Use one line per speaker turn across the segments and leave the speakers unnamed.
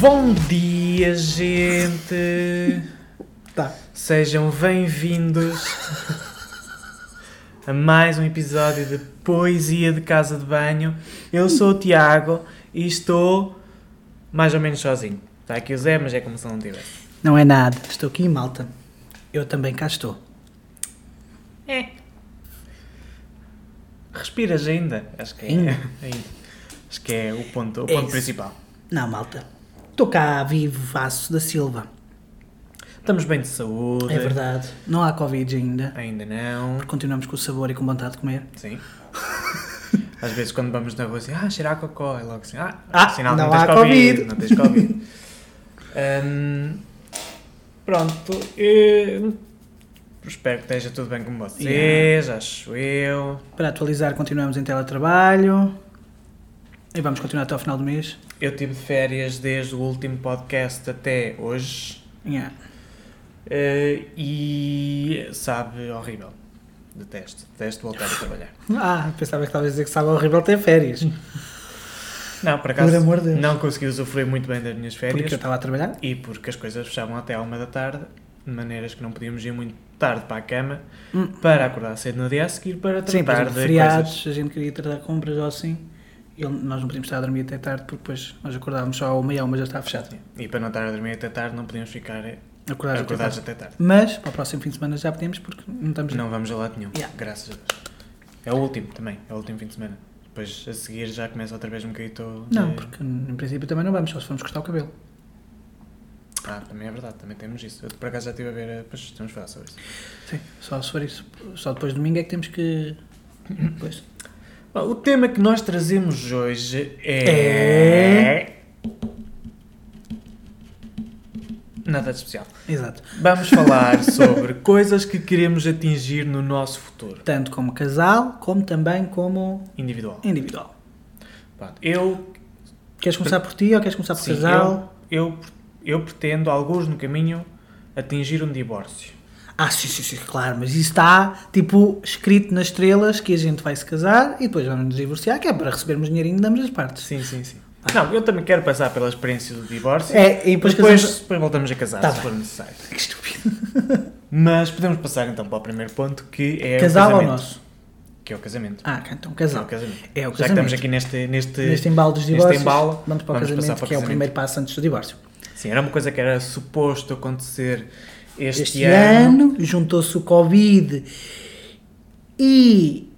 Bom dia, gente!
Tá.
Sejam bem-vindos a mais um episódio de Poesia de Casa de Banho. Eu sou o Tiago e estou mais ou menos sozinho. Está aqui o Zé, mas é como se não tivesse.
Não é nada. Estou aqui em Malta. Eu também cá estou.
É. Respiras ainda? Acho que é.
Ainda.
ainda. Acho que é o ponto, o
É
ponto
isso.
principal.
Não, Malta. Estou cá vivo, Vasso da Silva.
Estamos bem de saúde.
É verdade. Não há Covid ainda.
Ainda não.
Porque continuamos com o sabor e com vontade de comer.
Sim. Às vezes quando vamos na rua assim, ah, cheira a cocó, é logo assim, ah,
Ah,
sinal que
não
não tens
há
Covid,
Covid.
não tens Covid. Hum, pronto, eu espero que esteja tudo bem com vocês, acho eu.
Para atualizar, continuamos em teletrabalho. E vamos continuar até ao final do mês.
Eu tive férias desde o último podcast até hoje
Yeah.
eh, e sabe horrível. Detesto, detesto voltar a trabalhar.
Ah, pensava que talvez dizer que estava horrível ter férias.
Não, por
Por
acaso
amor de Deus.
não consegui usufruir muito bem das minhas férias.
Porque eu estava a trabalhar.
E porque as coisas fechavam até à uma da tarde, de maneiras que não podíamos ir muito tarde para a cama,
Hum.
para acordar cedo no dia a seguir, para
Sim, por
tratar
exemplo,
de
feriados,
coisas.
a gente queria tratar de compras ou assim. E ele- nós não podíamos estar a dormir até tarde porque depois nós acordávamos só à uma e à uma já estava fechado.
E para não estar a dormir até tarde, não podíamos ficar eh,
Acordados até tarde.
acordados até tarde.
Mas para o próximo fim de semana já podemos porque não estamos.
Não vamos a lado nenhum,
Yeah.
graças a Deus. É o último também, é o último fim de semana. Depois a seguir já começa outra vez um bocadinho. de-
Não, porque em princípio também não vamos, só se formos cortar o cabelo.
Ah, também é verdade, também temos isso. Eu por acaso já estive a ver, eh, depois temos de falar sobre isso.
Sim, só se for isso. Só depois de domingo é que temos que.
Uhum.
Pois.
Bom, o tema que nós trazemos hoje é.
É-
Nada de especial.
Exato.
Vamos falar sobre coisas que queremos atingir no nosso futuro
Tanto como casal, como também como
individual.
individual.
Pronto, Eu,
Queres começar por ti ou queres começar por
sim,
casal?
eu, eu, eu pretendo, alguns no caminho, atingir um divórcio.
Ah, sim, sim, sim, claro, mas isso está tipo escrito nas estrelas que a gente vai se casar e depois vamos nos divorciar, que é para recebermos dinheirinho e damos as partes.
Sim, sim, sim. Não, eu também quero passar pela experiência do divórcio.
É, e
Depois,
depois,
depois,
casamos-
voltamos a casar,
Tá
se
bem.
for necessário.
Que estúpido.
Mas podemos passar então para o primeiro ponto, que é
casal
o
ou
casamento.
nosso?
Que é o casamento.
Ah, então
Que é o
casal.
casamento.
É o
Já que estamos
casamento.
aqui neste... Neste,
Neste embalo dos
neste
divórcios,
embalo,
vamos para o
vamos
casamento,
passar para o
que é o
casamento.
primeiro passo antes do divórcio.
Sim, era uma coisa que era suposto acontecer este,
Este,
ano.
ano, juntou-se o Covid e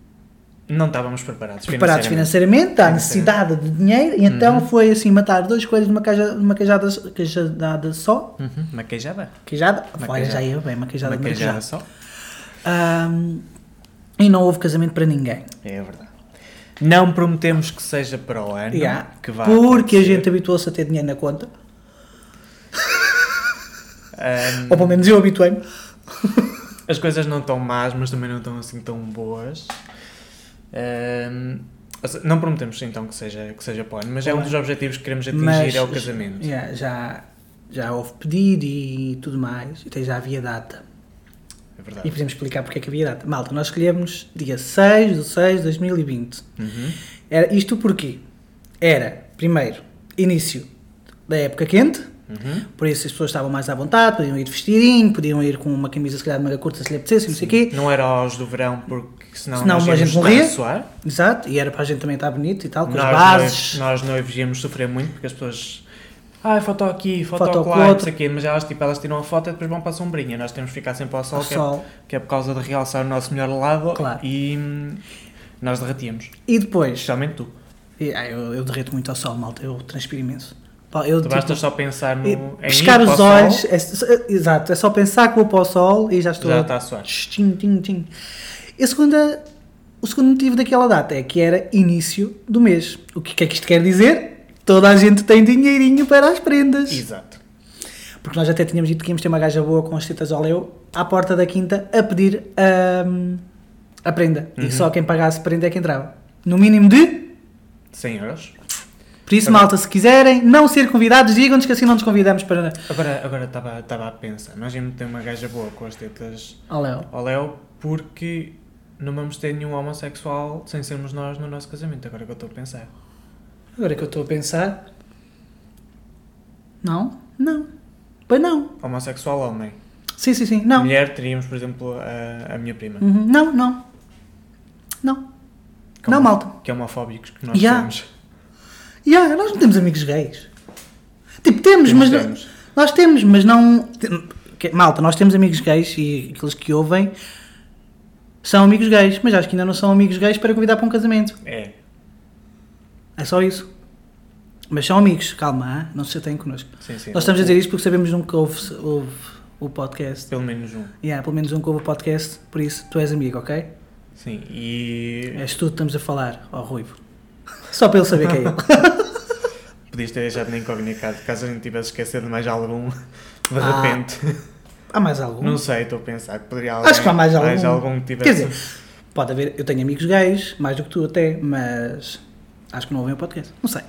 Não estávamos preparados
preparados financeiramente, há necessidade de dinheiro, e então
Uhum.
foi assim matar duas coisas numa caja, numa queijada, queijada só.
Uhum, uma queijada.
Queijada?
Uma
Olha, já
queijada.
ia bem, uma queijada
Uma
de queijada.
queijada só.
Ahm, e não houve casamento para ninguém.
É verdade. Não prometemos que seja para o ano.
Yeah.
Que vá
Porque a
acontecer.
gente habituou-se a ter dinheiro na conta,
Ahm,
ou pelo menos eu habituei-me.
as coisas não estão más, mas também não estão assim tão boas. Ahm, ou seja, não prometemos então que seja, que seja para o ano, mas é um
Claro.
dos objetivos que queremos atingir
Mas,
é o casamento.
yeah, já, já houve pedido e tudo mais, então já havia data.
É verdade.
E podemos explicar porque é que havia data. Malta, nós escolhemos dia 6 de 6 de 2020.
Uhum.
Era isto porquê? Era, primeiro, início da época quente,
Uhum.
por isso as pessoas estavam mais à vontade, podiam ir de vestidinho, podiam ir com uma camisa se calhar de manga curta se lhe apetecesse, não sei o quê.
Não era aos do verão, porque senão,
Senão
nós
a gente
íamos estar
morria.
a suar.
Exato, e era para a gente também estar bonito e tal, com
nós,
as bases.
Noivos, nós noivos íamos sofrer muito porque as pessoas. Ah, foto aqui, foto,
Foto
lá,
com
não
outro."
sei o quê, mas elas, tipo, elas tiram a foto e depois vão para a sombrinha. Nós temos que ficar sempre ao sol,
ao
que,
sol.
É, que é por causa de realçar o nosso melhor lado
Claro.
e hum, nós derretíamos.
E depois,
Especialmente tu.
e, ah, eu, eu derreto muito ao sol, malta, eu transpiro imenso. Pá, Eu,
Tu basta só pensar no,
Tipo, E
Hum, em
Pescar
ir para
os
o sol,
olhos, é s- é- exato, é só pensar que vou para o sol e já estou.
já está a suar.
Tchim, tchim, tchim. E a segunda, o segundo motivo daquela data é que era início do mês. O que, que é que isto quer dizer? Toda a gente tem dinheirinho para as prendas.
Exato.
Porque nós até tínhamos dito que íamos ter uma gaja boa com as tetas óleo à porta da quinta a pedir hum, a prenda.
Uhum.
E só quem pagasse prenda é que entrava. No mínimo de.
100 euros.
Por isso,
Tá bem.
malta, se quiserem não ser convidados, digam-nos que assim não nos convidamos para.
Agora agora estava estava a pensar. Nós íamos ter uma gaja boa com as tetas
Oleo.
ao Léo porque não vamos ter nenhum homossexual sem sermos nós no é nosso casamento. Agora que eu estou a pensar.
Agora que eu estou a pensar. Não? Não. Pois não.
Homossexual homem.
Sim, sim, sim. Não.
Mulher teríamos, por exemplo, a, a minha prima.
Uhum. Não, não. Não.
que é
Não,
homo-
malta.
Que é homofóbicos que nós
Ya.
somos.
E ah, nós não temos amigos gays. Tipo, temos, mas.
Nós
não-
temos.
Nós temos, mas não. tem- que- Malta, nós temos amigos gays e aqueles que ouvem são amigos gays, mas acho que ainda não são amigos gays para convidar para um casamento.
É.
É só isso. Mas são amigos, calma, ah, não se chateiem connosco.
Sim, sim.
Nós estamos a dizer isto porque sabemos um que ouve, ouve o podcast.
Pelo menos um.
E há pelo menos um que ouve o podcast, por isso tu és amigo, ok?
Sim. E
És tu que estamos a falar, ó Ruivo. Só para ele saber quem é ele.
podias ter deixado na incógnita caso a gente tivesse esquecido de mais algum de
Ah.
repente.
Há mais algum?
Não sei, estou a pensar que poderia alguém,
Acho que há mais algum.
mais algum que
Quer
tivesse.
dizer, pode haver. Eu tenho amigos gays, mais do que tu até, mas acho que não ouvem o podcast. Não sei.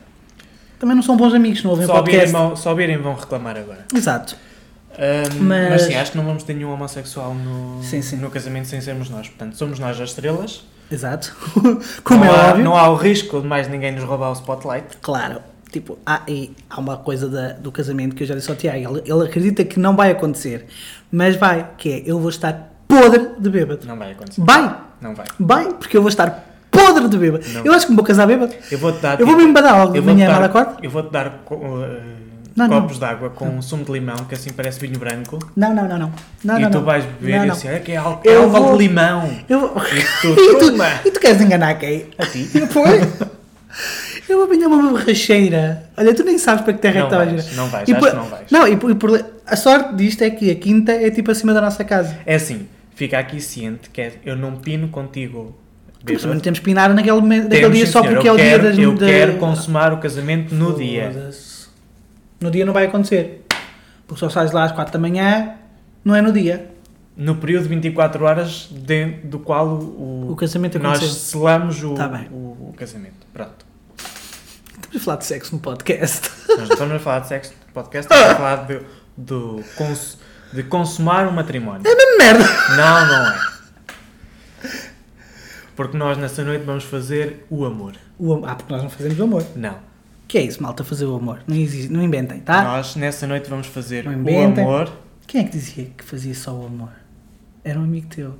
Também não são bons amigos, não ouvem
só,
o podcast.
ouvirem, vão- só ouvirem vão reclamar agora.
Exato.
Ahm, mas...
Mas-
sim, acho que não vamos ter nenhum homossexual no,
Sim, sim.
no casamento sem sermos nós. Portanto, somos nós as estrelas.
Exato. Como
não,
é
há,
óbvio.
não há o risco de mais ninguém nos roubar o spotlight.
Claro. Tipo, há, e há uma coisa da- do casamento que eu já disse ao Tiago. Ele, ele acredita que não vai acontecer. Mas vai, que é eu vou estar podre de bêbado.
Não vai acontecer.
Vai!
Não vai.
Vai, porque eu vou estar podre de bêbado.
Não.
Eu acho que me vou casar bêbado.
Eu vou-te dar. tipo,
Eu vou mesmo badar logo de
eu vou-te
manhã,
dar-
mal acordo?
Eu vou-te dar co- eh,
Não, não.
copos de água com sumo de limão, que assim parece vinho branco.
Não, não, não, não. não
e
não,
tu
não.
vais beber
Não,
e
não.
assim, é que é al-
Eu
álcool
vou-
de limão.
Eu vou-
E tu,
e, tu,
toma.
e tu queres enganar quem?
A ti.
Foi? Eu vou apanhar uma borracheira. Olha, tu nem sabes para que terra
Não
é que
vais,
estás.
não vais,
E
acho
por-
que não vais.
Não, e, por- e por- a sorte disto é que a quinta é tipo acima da nossa casa.
É assim, fica aqui ciente que é- eu não pino contigo.
Mas também
bêbado.
não temos que pinar naquele, momento- naquele
Temos,
dia
sim,
só
senhor.
porque
Eu
é o
quero-
dia das
Eu
da-
quero consumar o casamento no dia.
Foda-se. No dia não vai acontecer. Porque só sais lá às 4 da manhã, não é no dia.
No período de 24 horas de- do qual o,
O casamento
nós
aconteceu.
selamos o,
Tá bem.
o- o casamento. Pronto.
Estamos a falar de sexo no podcast.
Nós não estamos a falar de sexo no podcast, estamos a falar de, do cons- de consumar o matrimónio.
É mesmo merda.
Não, não é. Porque nós nessa noite vamos fazer o amor.
O am- Ah, porque nós não fazemos o amor.
Não.
Que é isso, malta, fazer o amor. Não, existe, não inventem, tá?
Nós nessa noite vamos fazer
Não
o
inventem.
amor.
Quem é que dizia que fazia só o amor? Era um amigo teu.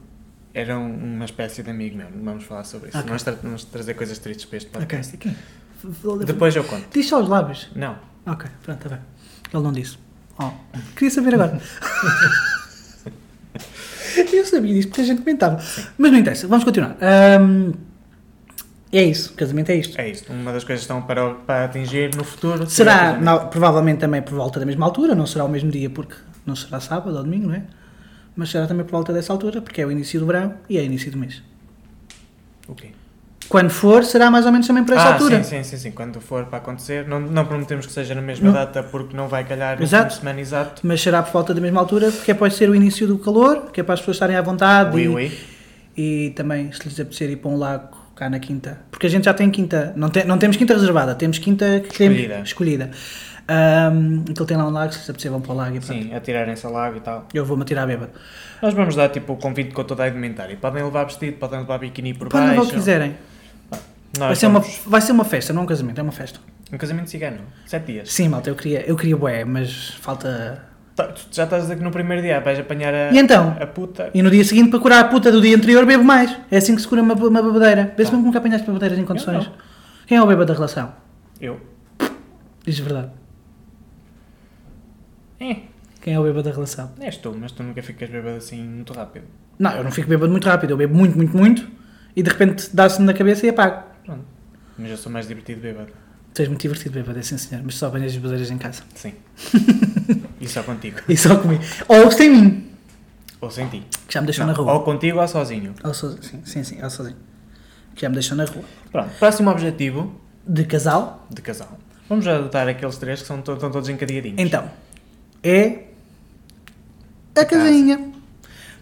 Era um- uma espécie de amigo meu, não vamos falar sobre isso.
Ok.
Nós tra- vamos trazer coisas tristes para este
Ok,
podcast.
quem?
Depois eu conto.
Diz só os lábios.
Não.
Ok, pronto, tá bem. Ele não disse. Oh, queria saber agora. Eu sabia disso porque a gente comentava. Mas não interessa, vamos continuar. Ahm, é isso, casamento é isto.
É isto. Uma das coisas que estão para, o- para atingir no futuro.
Será,
Não.
não, provavelmente também por volta da mesma altura, não será o mesmo dia porque não será sábado ou domingo, não é? Mas será também por volta dessa altura porque é o início do verão e é o início do mês.
O quê?
Quando for, será mais ou menos também por essa
Ah,
altura.
sim, sim, sim, sim. Quando for para acontecer. Não, não prometemos que seja na mesma
Não.
data porque não vai calhar no
Exato.
fim de semana exato.
Mas será por volta da mesma altura, que é para ser o início do calor, que é para as pessoas estarem à vontade
Ui,
e,
ui.
e também se lhes apetecer ir para um lago cá na quinta. Porque a gente já tem quinta, não, te- não temos quinta reservada, temos quinta que temos-
Escolhida.
escolhida. Ahm, então tem lá um lago, se lhes apetecer vão para o lago e pronto.
Sim, atirarem-se ao lago e tal.
Eu vou-me atirar bêbado.
Nós vamos dar tipo o convite com toda a indumentária. Podem levar vestido, podem levar biquíni por
Podem levar o
baixo.
que quiserem.
Nós
Vai ser, uma,
vamos-
vai ser uma festa, não um casamento, é uma festa.
Um casamento cigano. Sete dias.
Sim, malta, eu queria, eu queria bué, mas falta...
Tá, tu já estás aqui no primeiro dia. Vais apanhar a,
E então?
a puta.
E no dia seguinte, para curar a puta do dia anterior, bebo mais. É assim que se cura uma, uma babadeira. Vês mesmo como que apanhaste babadeiras em condições.
Tá. não.
Quem é o bêbado da relação?
Eu.
Diz a verdade.
É,
Quem é o bêbado da relação?
és tu, mas tu nunca ficas bêbado assim muito rápido.
Não, eu não fico bêbado muito rápido. Eu bebo muito, muito, muito. E de repente dá-se-me na cabeça e apago.
Pronto. Mas eu sou mais divertido bêbado.
Tu és muito divertido, bêbado, é sim senhor. Mas só apanhas as babadeiras em casa.
Sim. e só contigo.
E só comigo. Ou sem mim,
Ou sem ti.
que já me deixou
Não,
na rua.
Ou contigo ou sozinho.
Ou sozinho. Sim, sim, sim, ou sozinho. Que já me deixou na rua.
Pronto. Próximo objetivo
De casal,
de casal. Vamos adotar aqueles três que são to- estão todos encadeadinhos.
então, é a
A casa.
casinha.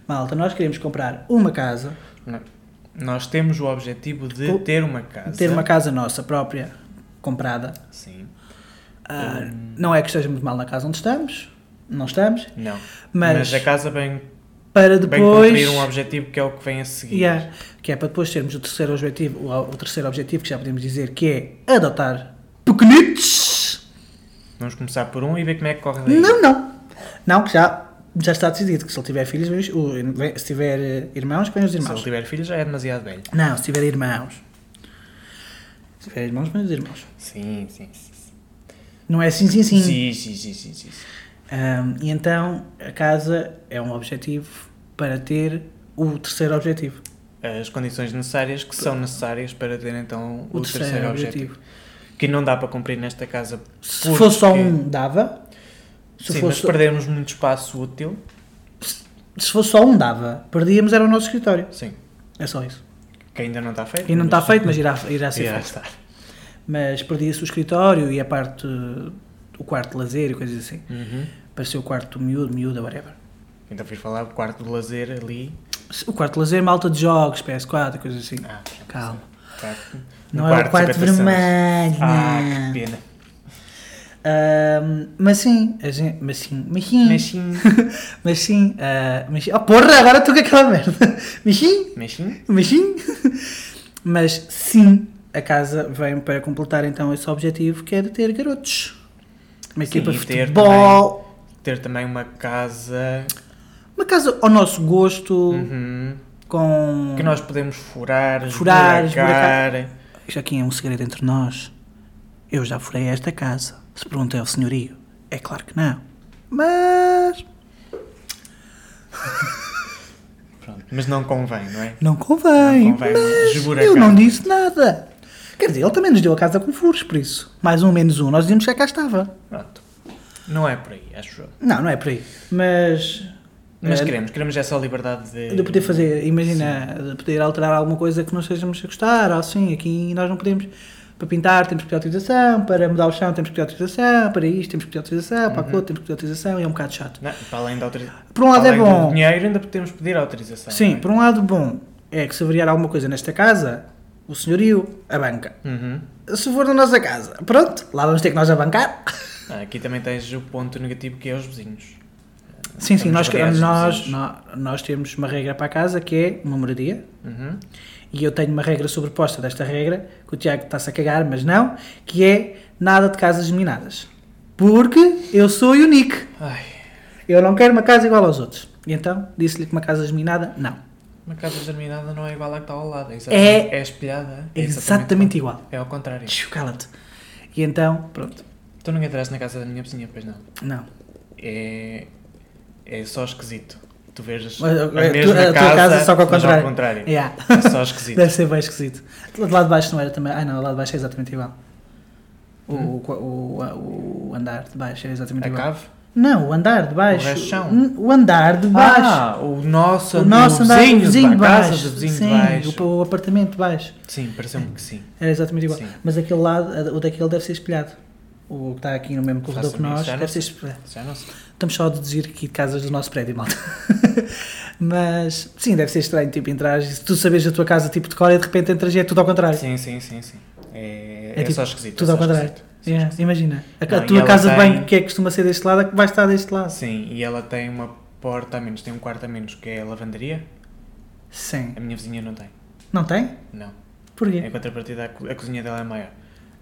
Malta, nós queremos comprar uma casa
Não. Nós temos o objetivo de
Então. Co-
ter uma casa.
ter uma casa nossa própria comprada.
Sim.
Ah,
Hum.
Não é que estejamos mal na casa onde estamos, não estamos,
Não. Mas,
Mas-
a casa bem,
para
bem
depois.
cumprir um objetivo que é o que vem a seguir.
Yeah, que é para depois termos o terceiro objetivo, o, o terceiro objetivo que já podemos dizer que é adotar pequenitos.
Vamos começar por um e ver como é que corre daí.
Não, não. Não, que já, já está decidido que se ele tiver filhos, vem os- o- vem- se tiver eh, irmãos, vem os
Se ele
irmãos.
tiver filhos já é demasiado velho.
Não, se tiver irmãos. Se tiver irmãos, vem os irmãos.
Sim, sim, sim.
Não é assim, sim, sim.
Sim, sim, sim, sim. sim, sim.
Ahm, e então a casa é um objetivo para ter o terceiro objetivo.
As condições necessárias que são necessárias para ter então
O, terceiro, objetivo.
Que não dá para cumprir nesta casa.
Se
Porque-
fosse só um, dava. Se,
sim, mas
fosse,
perdermos muito espaço útil.
se fosse só um, dava. Perdíamos era o nosso escritório.
Sim.
É só isso.
Que ainda não está feito.
E não
mas-
está feito, mas irá, irá ser
irá
feito.
estar.
Mas perdia-se o escritório e a parte, o quarto de lazer e coisas assim.
Uhum.
Parecia o quarto do miúdo, miúda, whatever.
Então fui falar do quarto de lazer ali.
O quarto de lazer, malta de jogos, PS4, coisas assim.
Ah,
Calma.
Um Quarto,
Não era o quarto vermelho.
Ah,
não.
que pena.
Ahm, mas sim, a gente, mas sim, mas sim, mas,
Mexinho.
sim, ah, mas sim. Oh porra, agora estou com aquela merda. Mas sim,
Mexinho?
mas sim. Um Mas sim, a casa vem para completar então esse objetivo que é de ter garotos. Uma
Sim,
equipa
e
de
ter
futebol.
Ter também uma casa
Uma casa ao nosso gosto,
uhum,
com.
que nós podemos furar,
Furar,
esburacar.
Isto aqui é um segredo entre nós. Eu já furei esta casa. Se pergunta ao senhorio, é claro que não. Mas.
Pronto, Mas não convém, não é?
Não convém.
Não convém,
mas
esburacar.
eu não disse nada. Quer dizer, ele também nos deu a casa com furos, por isso. Mais um, menos um. Nós dizíamos que já cá estava.
Pronto. Não é por aí, acho eu.
Não, não é por aí. Mas.
Mas
eh,
queremos, queremos essa liberdade de.
De poder fazer, imagina, de poder alterar alguma coisa que não estejamos a gostar, ou assim, aqui nós não podemos. Para pintar temos que pedir autorização, para mudar o chão temos que pedir autorização, para isto temos que pedir autorização, para aquilo temos que pedir autorização, e é um bocado chato.
Não, para além da autorização.
Por um lado é bom.
dinheiro ainda podemos pedir autorização.
Sim,
não
por um lado bom é que se averiar alguma coisa nesta casa, o senhorio, a banca.
é? Uhum.
Se for na nossa casa, pronto, lá vamos ter que nós a bancar.
Ah, aqui também tens o ponto negativo que é os vizinhos.
Sim, sim,
Estamos
nós,
rodeados de
nós,
vizinhos.
nó- nós temos uma regra para a casa que é uma moradia.
Uhum.
E eu tenho uma regra sobreposta desta regra, que o Tiago está-se a cagar, mas não, que é nada de casas minadas. Porque eu sou unique.
Ai,
Eu não quero uma casa igual aos outros. E então disse-lhe que uma casa desminada, não.
uma casa germinada não é igual à que está ao lado. É,
É-
é espelhada.
É
É o
exatamente igual.
contrário. É ao contrário.
Tchiu, Cala-te. E então, pronto.
Tu nunca entraste na casa da minha vizinha, pois não.
Não.
É, é só esquisito. Tu vejas
Mas,
a
a tu-
mesma
a tua
casa,
casa só que ao
mas
contrário.
contrário.
Yeah.
É só esquisito.
Deve ser bem esquisito. Do lado de baixo não era também. Ah, não, do lado de baixo é exatamente igual. O, o, o- a- o andar de baixo é exatamente
A
igual.
cave?
Não, o andar de baixo.
O resto são.
N- O andar de baixo.
Ah, o nosso,
o nosso andar
vizinho,
o vizinho
de
de
baixo.
baixo.
Casa do vizinho
Sim,
de baixo.
O, o apartamento de baixo.
Sim, pareceu-me que sim.
Era exatamente igual.
Sim.
Mas aquele lado, o daquele deve ser espelhado. O que está aqui no mesmo corredor que
Faça-me
nós
isso, já
deve
não
ser espelhado.
Já não sei.
Estamos só a deduzir aqui de casas do nosso prédio, malta. Mas sim, deve ser estranho, tipo, entrares e se tu sabes a tua casa tipo de cor e de repente entras e é tudo ao contrário.
Ah, Sim, sim, sim, sim. É,
É
é
tipo,
só esquisito.
tudo
é
ao
só
contrário.
esquisito.
Yeah, imagina. A, a
Não, e
tua
ela
casa de
tem-
banho, que é que costuma ser deste lado, é que vai estar deste lado.
Sim, e ela tem uma porta a menos, tem um quarto a menos, que é a lavanderia.
Sim.
A minha vizinha não tem.
Não tem?
Não.
Porquê?
Em contrapartida, a co- a cozinha dela é maior.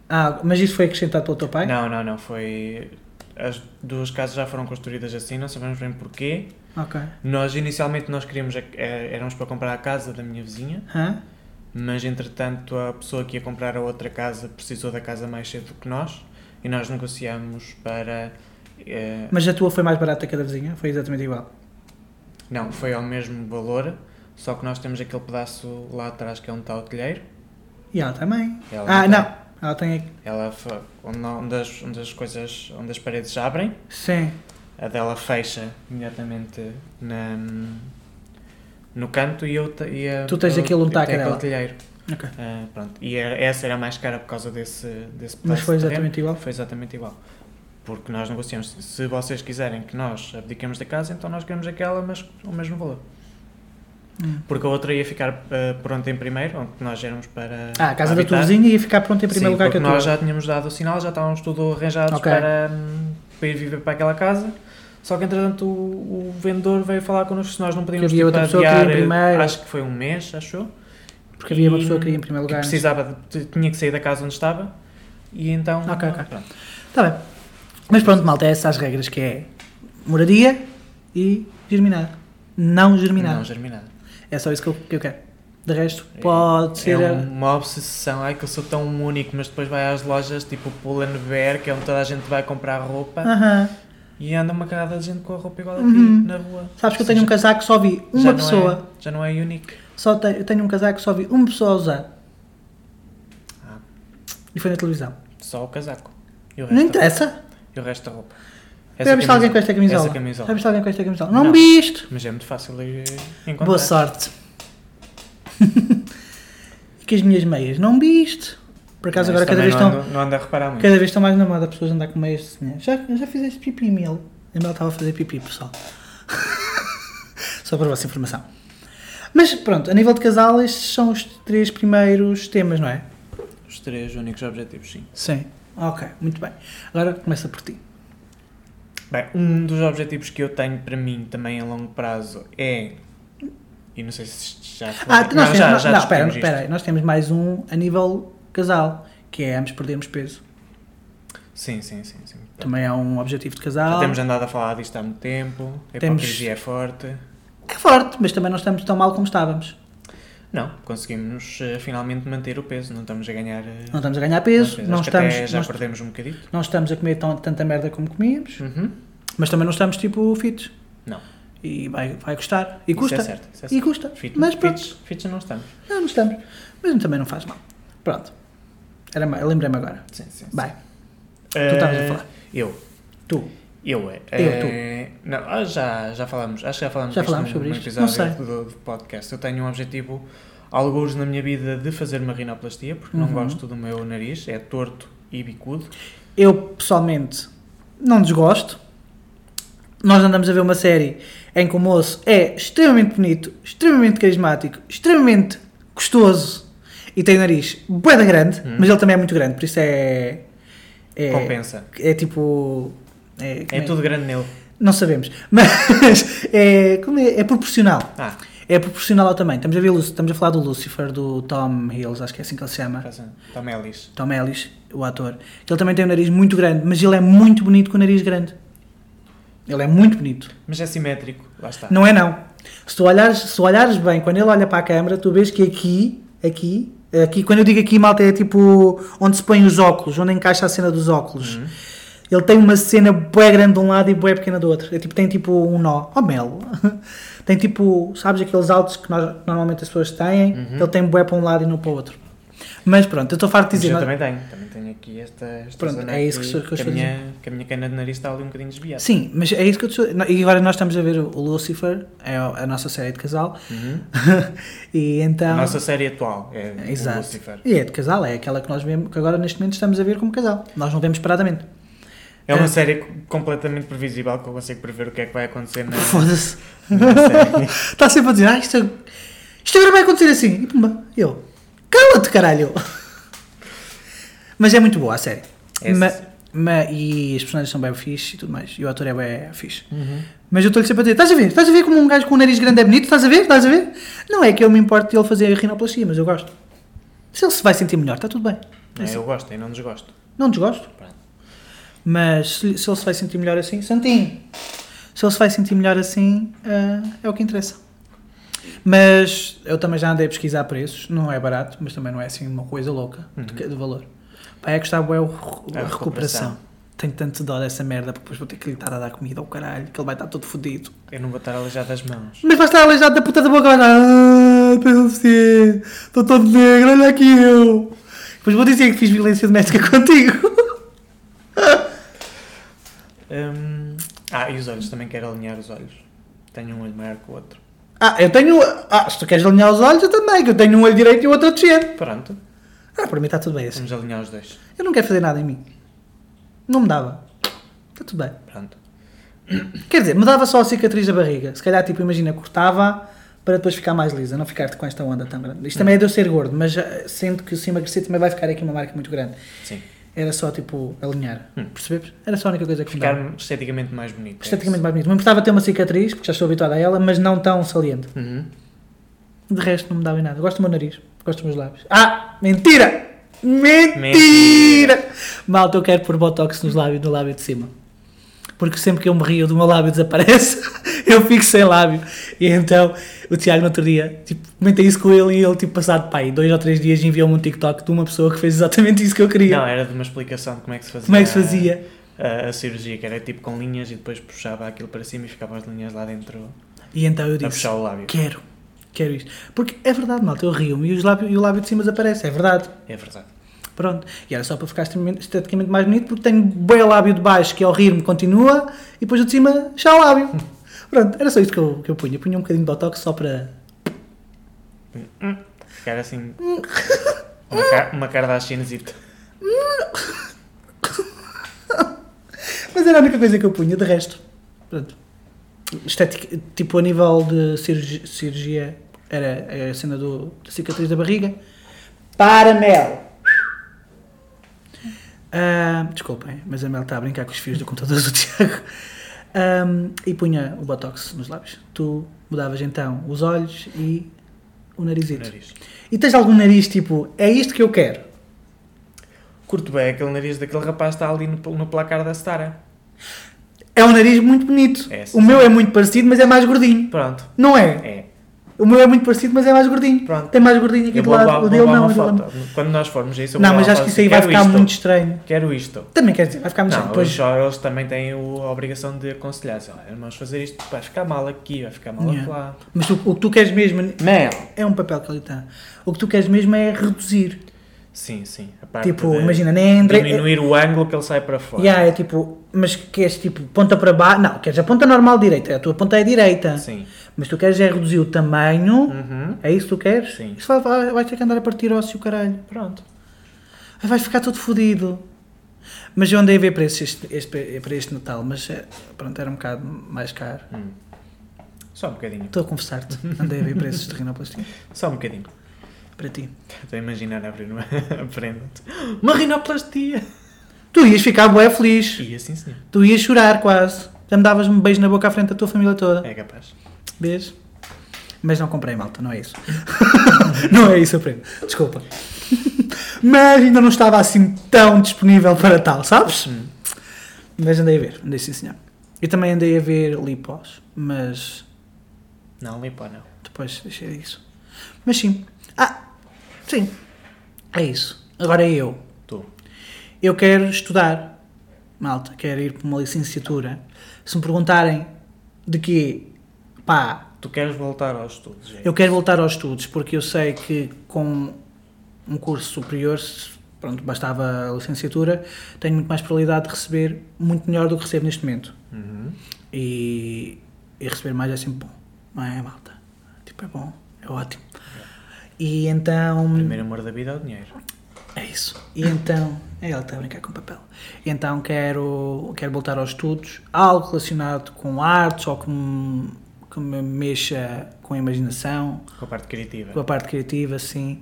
Ah, mas isso foi acrescentado pelo teu pai?
Não, não, não. Foi. As duas casas já foram construídas assim, não sabemos bem porquê.
Ok.
Nós, inicialmente, nós queríamos. a- é- Éramos para comprar a casa da minha vizinha,
Hã?
mas entretanto, a pessoa que ia comprar a outra casa precisou da casa mais cedo que nós e nós negociámos para. eh,
Mas a tua foi mais barata que a da vizinha? Foi exatamente igual.
Não, foi ao mesmo valor, só que nós temos aquele pedaço lá atrás que é onde está o telheiro.
E ela também.
Ela
ah,
tem.
não. Ela tem aqui.
Ela, fa- onde, não- onde, as, onde as coisas, onde as paredes abrem,
Sim.
a dela fecha imediatamente na, no canto e eu te- e a-
Tu tens
eu-
aquele onde está
eu tenho
aquela.
aquele telheiro.
Ok.
Ah, pronto. E era- essa era a mais cara por causa desse, desse pedaço
Mas foi
de terreno.
exatamente igual.
Foi exatamente igual. Porque nós negociamos, se vocês quiserem que nós abdiquemos da casa, então nós queremos aquela, mas ao mesmo valor.
Hum.
Porque a outra ia ficar eh, pronta em primeiro, onde nós éramos para.
Ah, a casa
para
da tua
habitar.
vizinha ia ficar pronta em primeiro
Sim,
lugar que
porque
a tua.
nós já tínhamos dado o sinal, já estávamos tudo arranjados
Ok.
para, hum, para ir viver para aquela casa. Só que entretanto o, o vendedor veio falar connosco se nós não podíamos
havia outra pessoa que
adiar,
ia em
eh,
primeiro.
Acho que foi um mês, achou?
Porque havia uma pessoa que ia em primeiro lugar. né?
Que precisava, de- tinha que sair da casa onde estava. E então.
Ok, ok.
pronto.
Está Tá bem. Mas pronto, malta, é essas as regras que é moradia e germinar. Não germinar.
Não germinado.
É só isso que eu, que eu quero. De resto,
É-
pode
É
ser.
uma obsessão. Ai, que eu sou tão único, mas depois vai às lojas tipo Pull&Bear, que é onde toda a gente vai comprar roupa.
Aham.
E anda uma carrada de gente com a roupa igual a
Uhum.
ti na rua.
Sabes que eu tenho um casaco que só vi uma
Já não é-
pessoa.
já não é único.
Só te- eu tenho um casaco que só vi uma pessoa a usar.
Ah.
E foi na televisão.
Só o casaco. E o
Não
resto,
interessa.
e o resto da roupa.
Já viste alguém com esta camisola?
Essa camisola.
Já viste alguém com esta camisola? Não,
Não.
viste!
Mas é muito fácil de encontrar.
Boa sorte. e que as minhas meias? Não viste? Por acaso
Mas
agora cada
também
vez
não
estão.
ando- Não anda a reparar muito.
Cada vez estão mais na moda pessoas a andar com meias de semelhança. Já, já fizeste pipi, Mel? A Mel estava a fazer pipi, pessoal. Só para a vossa informação. Mas pronto, a nível de casal, estes são os três primeiros temas, não é?
Os três únicos objetivos, sim.
Sim. Ok, muito bem. Agora começa por ti.
Bem, um dos objetivos que eu tenho para mim também a longo prazo é. E não sei se já
Ah,
falei-
nós
Não,
temos,
já,
não,
já
não,
discutimos
espera,
isto.
espera aí. Nós temos mais um a nível casal, que é ambos perdemos peso.
Sim, sim, sim. sim.
Também é um objetivo de casal.
Já temos andado a falar disto há muito tempo. A
Temos-
hipocrisia é forte.
É forte, mas também não estamos tão mal como estávamos.
Não, conseguimos eh, finalmente manter o peso. Não estamos a ganhar. eh,
Não estamos a ganhar peso,
peso.
não
Acho que até
estamos,
já
não, est-
perdemos um bocadito.
não estamos a comer tão- tanta merda como comíamos,
Uhum.
mas também não estamos tipo fit.
Não.
E vai, vai custar. E
Isso
custa.
é certo. Isso é
E
certo.
custa.
Fit,
mas pronto,
fits, fits não estamos.
não, não estamos. Mas também não faz mal. Pronto. Era, ma- lembrei-me agora.
Sim, sim. sim.
Vai,
Eh,
tu estavas a falar.
Eu.
Tu.
Eu, é.
Eu, tu.
é, Não, ah, já, já falámos, acho que já falámos,
Já
disto
falámos
num-
sobre
num
isto?
episódio
Não sei.
Do, do podcast. Eu tenho um objetivo, alguns na minha vida, de fazer uma rinoplastia, porque não
Uhum.
gosto do meu nariz, é torto e bicudo.
Eu, pessoalmente, não desgosto. Nós andamos a ver uma série em que o moço é extremamente bonito, extremamente carismático, extremamente gostoso e tem o nariz bué grande,
Hum.
mas ele também é muito grande, por isso é... É,
Compensa.
é tipo... É,
É
como é?
tudo grande nele.
Não sabemos, mas é, como é, é proporcional.
Ah,
É proporcional ao tamanho. Estamos a, ver, Lu- estamos a falar do Lucifer, do Tom Hills, acho que é assim que ele se chama.
passa- toma Elis.
Tom Ellis, o ator, que ele também tem um nariz muito grande, mas ele é muito bonito com o nariz grande. Ele é muito bonito.
Mas é simétrico, lá está.
Não é não. Se tu olhares, se olhares bem, quando ele olha para a câmera, tu vês que aqui, aqui, aqui, quando eu digo aqui, malta, é tipo onde se põem os óculos, onde encaixa a cena dos óculos.
Uhum.
Ele tem uma cena bué grande de um lado e bué pequena do outro. É tipo, tem tipo um nó. Oh, Mel. tem tipo, sabes aqueles altos que nós- normalmente as pessoas têm?
Uhum.
Ele tem bué para um lado e não para o outro. Mas pronto, eu estou farto de
Mas
dizer.
eu
nós-
também tenho, também tenho aqui esta, esta
Pronto,
zona
é isso
aqui,
que eu estou- que eu
que a
estou a
minha, que a minha cana de nariz está ali um bocadinho desviada.
Sim, mas é isso que eu te estou. E agora nós estamos a ver o o Lucifer, é a a nossa série de casal.
Uhum.
e
A
então.
nossa série atual é
Exato.
o Lucifer.
E é de casal, é aquela que nós vemos, que agora neste momento estamos a ver como casal. Nós não vemos paradamente.
É uma
Ah.
série co- completamente previsível que eu consigo prever o que é que vai acontecer na,
Foda-se.
na série.
Está sempre a dizer, ah, isto, isto agora vai acontecer assim. E pumba, eu. Cala-te, caralho! mas é muito boa a série.
É,
Ma-
sim.
ma- e as personagens são bem fixe e tudo mais. E o ator é bem fixe. Mas eu estou-lhe sempre a dizer, estás a ver? Estás a ver como um gajo com um nariz grande é bonito? Estás a ver? Estás a ver? Não é que eu me importo de ele fazer a rinoplastia, mas eu gosto. Se ele se vai sentir melhor, está tudo bem.
É, eu gosto, eu não desgosto.
Não desgosto.
Pronto.
Mas se, se ele se vai sentir melhor assim, Santinho, se ele se vai sentir melhor assim, ah, é o que interessa. Mas eu também já andei a pesquisar preços, não é barato, mas também não é assim uma coisa louca de, ca- de valor. Pá, é custar bué o recu-
A
a recuperação.
recuperação.
Tenho tanto dó dessa merda, porque depois vou ter que lhe estar a dar comida ao caralho, que ele vai estar todo fodido.
Eu não vou estar aleijado das mãos.
Mas vai estar aleijado da puta da boca, vai estar. Ah, pelo ser, estou todo negro, olha aqui eu. Depois vou dizer que fiz violência doméstica contigo.
Hum, Ah, e os olhos, também quero alinhar os olhos. Tenho um olho maior que o outro.
Ah, eu tenho. Ah, se tu queres alinhar os olhos, eu também, que eu tenho um olho direito e o outro a descer.
Pronto,
Ah, para mim está tudo bem assim.
vamos alinhar os dois.
Eu não quero fazer nada em mim. Não me dava. Está tudo bem.
Pronto.
Quer dizer, me dava só a cicatriz da barriga. Se calhar, tipo, imagina, cortava para depois ficar mais lisa, não ficar com esta onda tão grande. Isto também é de eu ser gordo, mas ah, sinto que se emagrecer também vai ficar aqui uma marca muito grande.
Sim.
Era só, tipo, alinhar.
Hum.
Percebes? Era só a única coisa que me dava.
Ficar esteticamente mais bonito. é
Esteticamente mais bonito. Me importava ter uma cicatriz, porque já estou habituado a ela, mas não tão saliente.
isso. Uhum.
De resto, não me dava em nada. Gosto do meu nariz, gosto dos meus lábios. Ah, mentira! Mentira!
Mentira!
Malta, eu quero pôr botox nos lábios, no lábio de cima. porque sempre que eu me rio do meu lábio desaparece, eu fico sem lábio. E então o Tiago no outro dia, tipo, comentei isso com ele e ele, tipo, passado, pá, aí dois ou três dias enviou-me um TikTok de uma pessoa que fez exatamente isso que eu queria.
Não, era de uma explicação de como é que se fazia.
Como é que se fazia?
A, a cirurgia, que era tipo com linhas e depois puxava aquilo para cima e ficavam as linhas lá dentro
E então eu
a
disse,
puxar o lábio.
quero, quero isto. Porque é verdade, malta, eu rio-me e, os lábio- e o lábio de cima desaparece, é verdade.
É verdade.
Pronto, e era só para ficar esteticamente- esteticamente mais bonito, porque tenho bem o lábio de baixo, que ao rir-me continua, e depois o de cima, já o lábio. Pronto, era só isto que eu, que eu punha. Eu punha um bocadinho de botox só para.
Hum, Ficar assim.
Hum.
uma, ca uma Kardashianzita.
Mas era a única coisa que eu punha, de resto. Pronto. Estética, tipo, a nível de cirurgi- cirurgia, era a cena do, da cicatriz da barriga. Para mel! Ah, desculpem, mas a mel está a brincar com os fios do computador do Tiago. Ahm, e punha o botox nos lábios. Tu mudavas então os olhos e o
no
narizito.
nariz.
E tens algum nariz tipo, é isto que eu quero?
Curto bem aquele nariz daquele rapaz que está ali no, no placar da Stara.
É um nariz muito bonito.
É,
o meu é muito parecido, mas é mais gordinho.
Pronto.
Não é?
É.
O meu é muito parecido, mas é mais gordinho.
Pronto.
Tem mais gordinho aqui
Eu
do
vou levar
lado. O
vou
dele
levar
não, o
uma
dele não.
foto. Quando nós formos a isso, eu vou
Não, mas
levar
acho
uma foto
que isso aí
e
vai
quero
ficar
isto.
muito estranho.
Quero isto.
Também quer dizer, vai ficar muito
Não,
estranho. Depois,
os jovens também têm o- a obrigação de aconselhar. Assim, Olha, irmãos, fazer isto vai ficar mal aqui, vai ficar mal
Yeah.
lá.
mas o, o que tu queres mesmo
Mel!
é um papel que ali está. O que tu queres mesmo é reduzir.
Sim, sim. A parte
tipo,
de
imagina, nem André. é-
diminuir o ângulo que ele sai para fora.
Yeah, é tipo, mas queres tipo ponta para baixo? Não, queres a ponta normal direita, a tua ponta é direita.
Sim.
Mas tu queres é reduzir o tamanho.
Uhum.
É isso que tu queres?
Sim.
Isso vai, vai, vais ter que andar a partir ósseo, caralho.
Pronto.
Ai, vais ficar todo fodido. Mas eu andei a ver preços este, este- para este Natal, mas eh, pronto, era um bocado mais caro.
Hum. Só um bocadinho.
Estou a confessar-te, andei a ver preços de rinoplastia
Só um bocadinho.
para ti.
Estou a imaginar abrir uma prenda. Uma rinoplastia!
Tu ias ficar bué feliz,
E assim sim.
tu ias chorar quase. Já me davas um beijo na boca à frente da tua família toda.
É capaz.
Beijo. Mas não comprei malta, não é isso. não é isso, eu prendo. Desculpa. Mas ainda não estava assim tão disponível para tal, sabes?
Hum.
Mas andei a ver, andei sim senhor. Eu também andei a ver lipós, mas
Não, limpa não.
depois deixei disso. Mas sim. Ah, sim. É isso. Agora é eu.
Tu.
Eu quero estudar, malta, quero ir para uma licenciatura. Se me perguntarem de quê, pá,
Tu queres voltar aos estudos? é?
eu quero voltar aos estudos porque eu sei que com um curso superior, se- pronto, bastava a licenciatura, tenho muito mais probabilidade de receber muito melhor do que recebo neste momento.
Uhum.
E, e receber mais é sempre bom, não é, malta? Tipo, é bom, é ótimo. E então.
Primeiro amor da vida é o dinheiro.
É isso. E então. É ele que está a brincar com papel. E então quero, quero voltar aos estudos, algo relacionado com artes ou com, que me mexa com a imaginação
Com a parte criativa.
com a parte criativa, sim.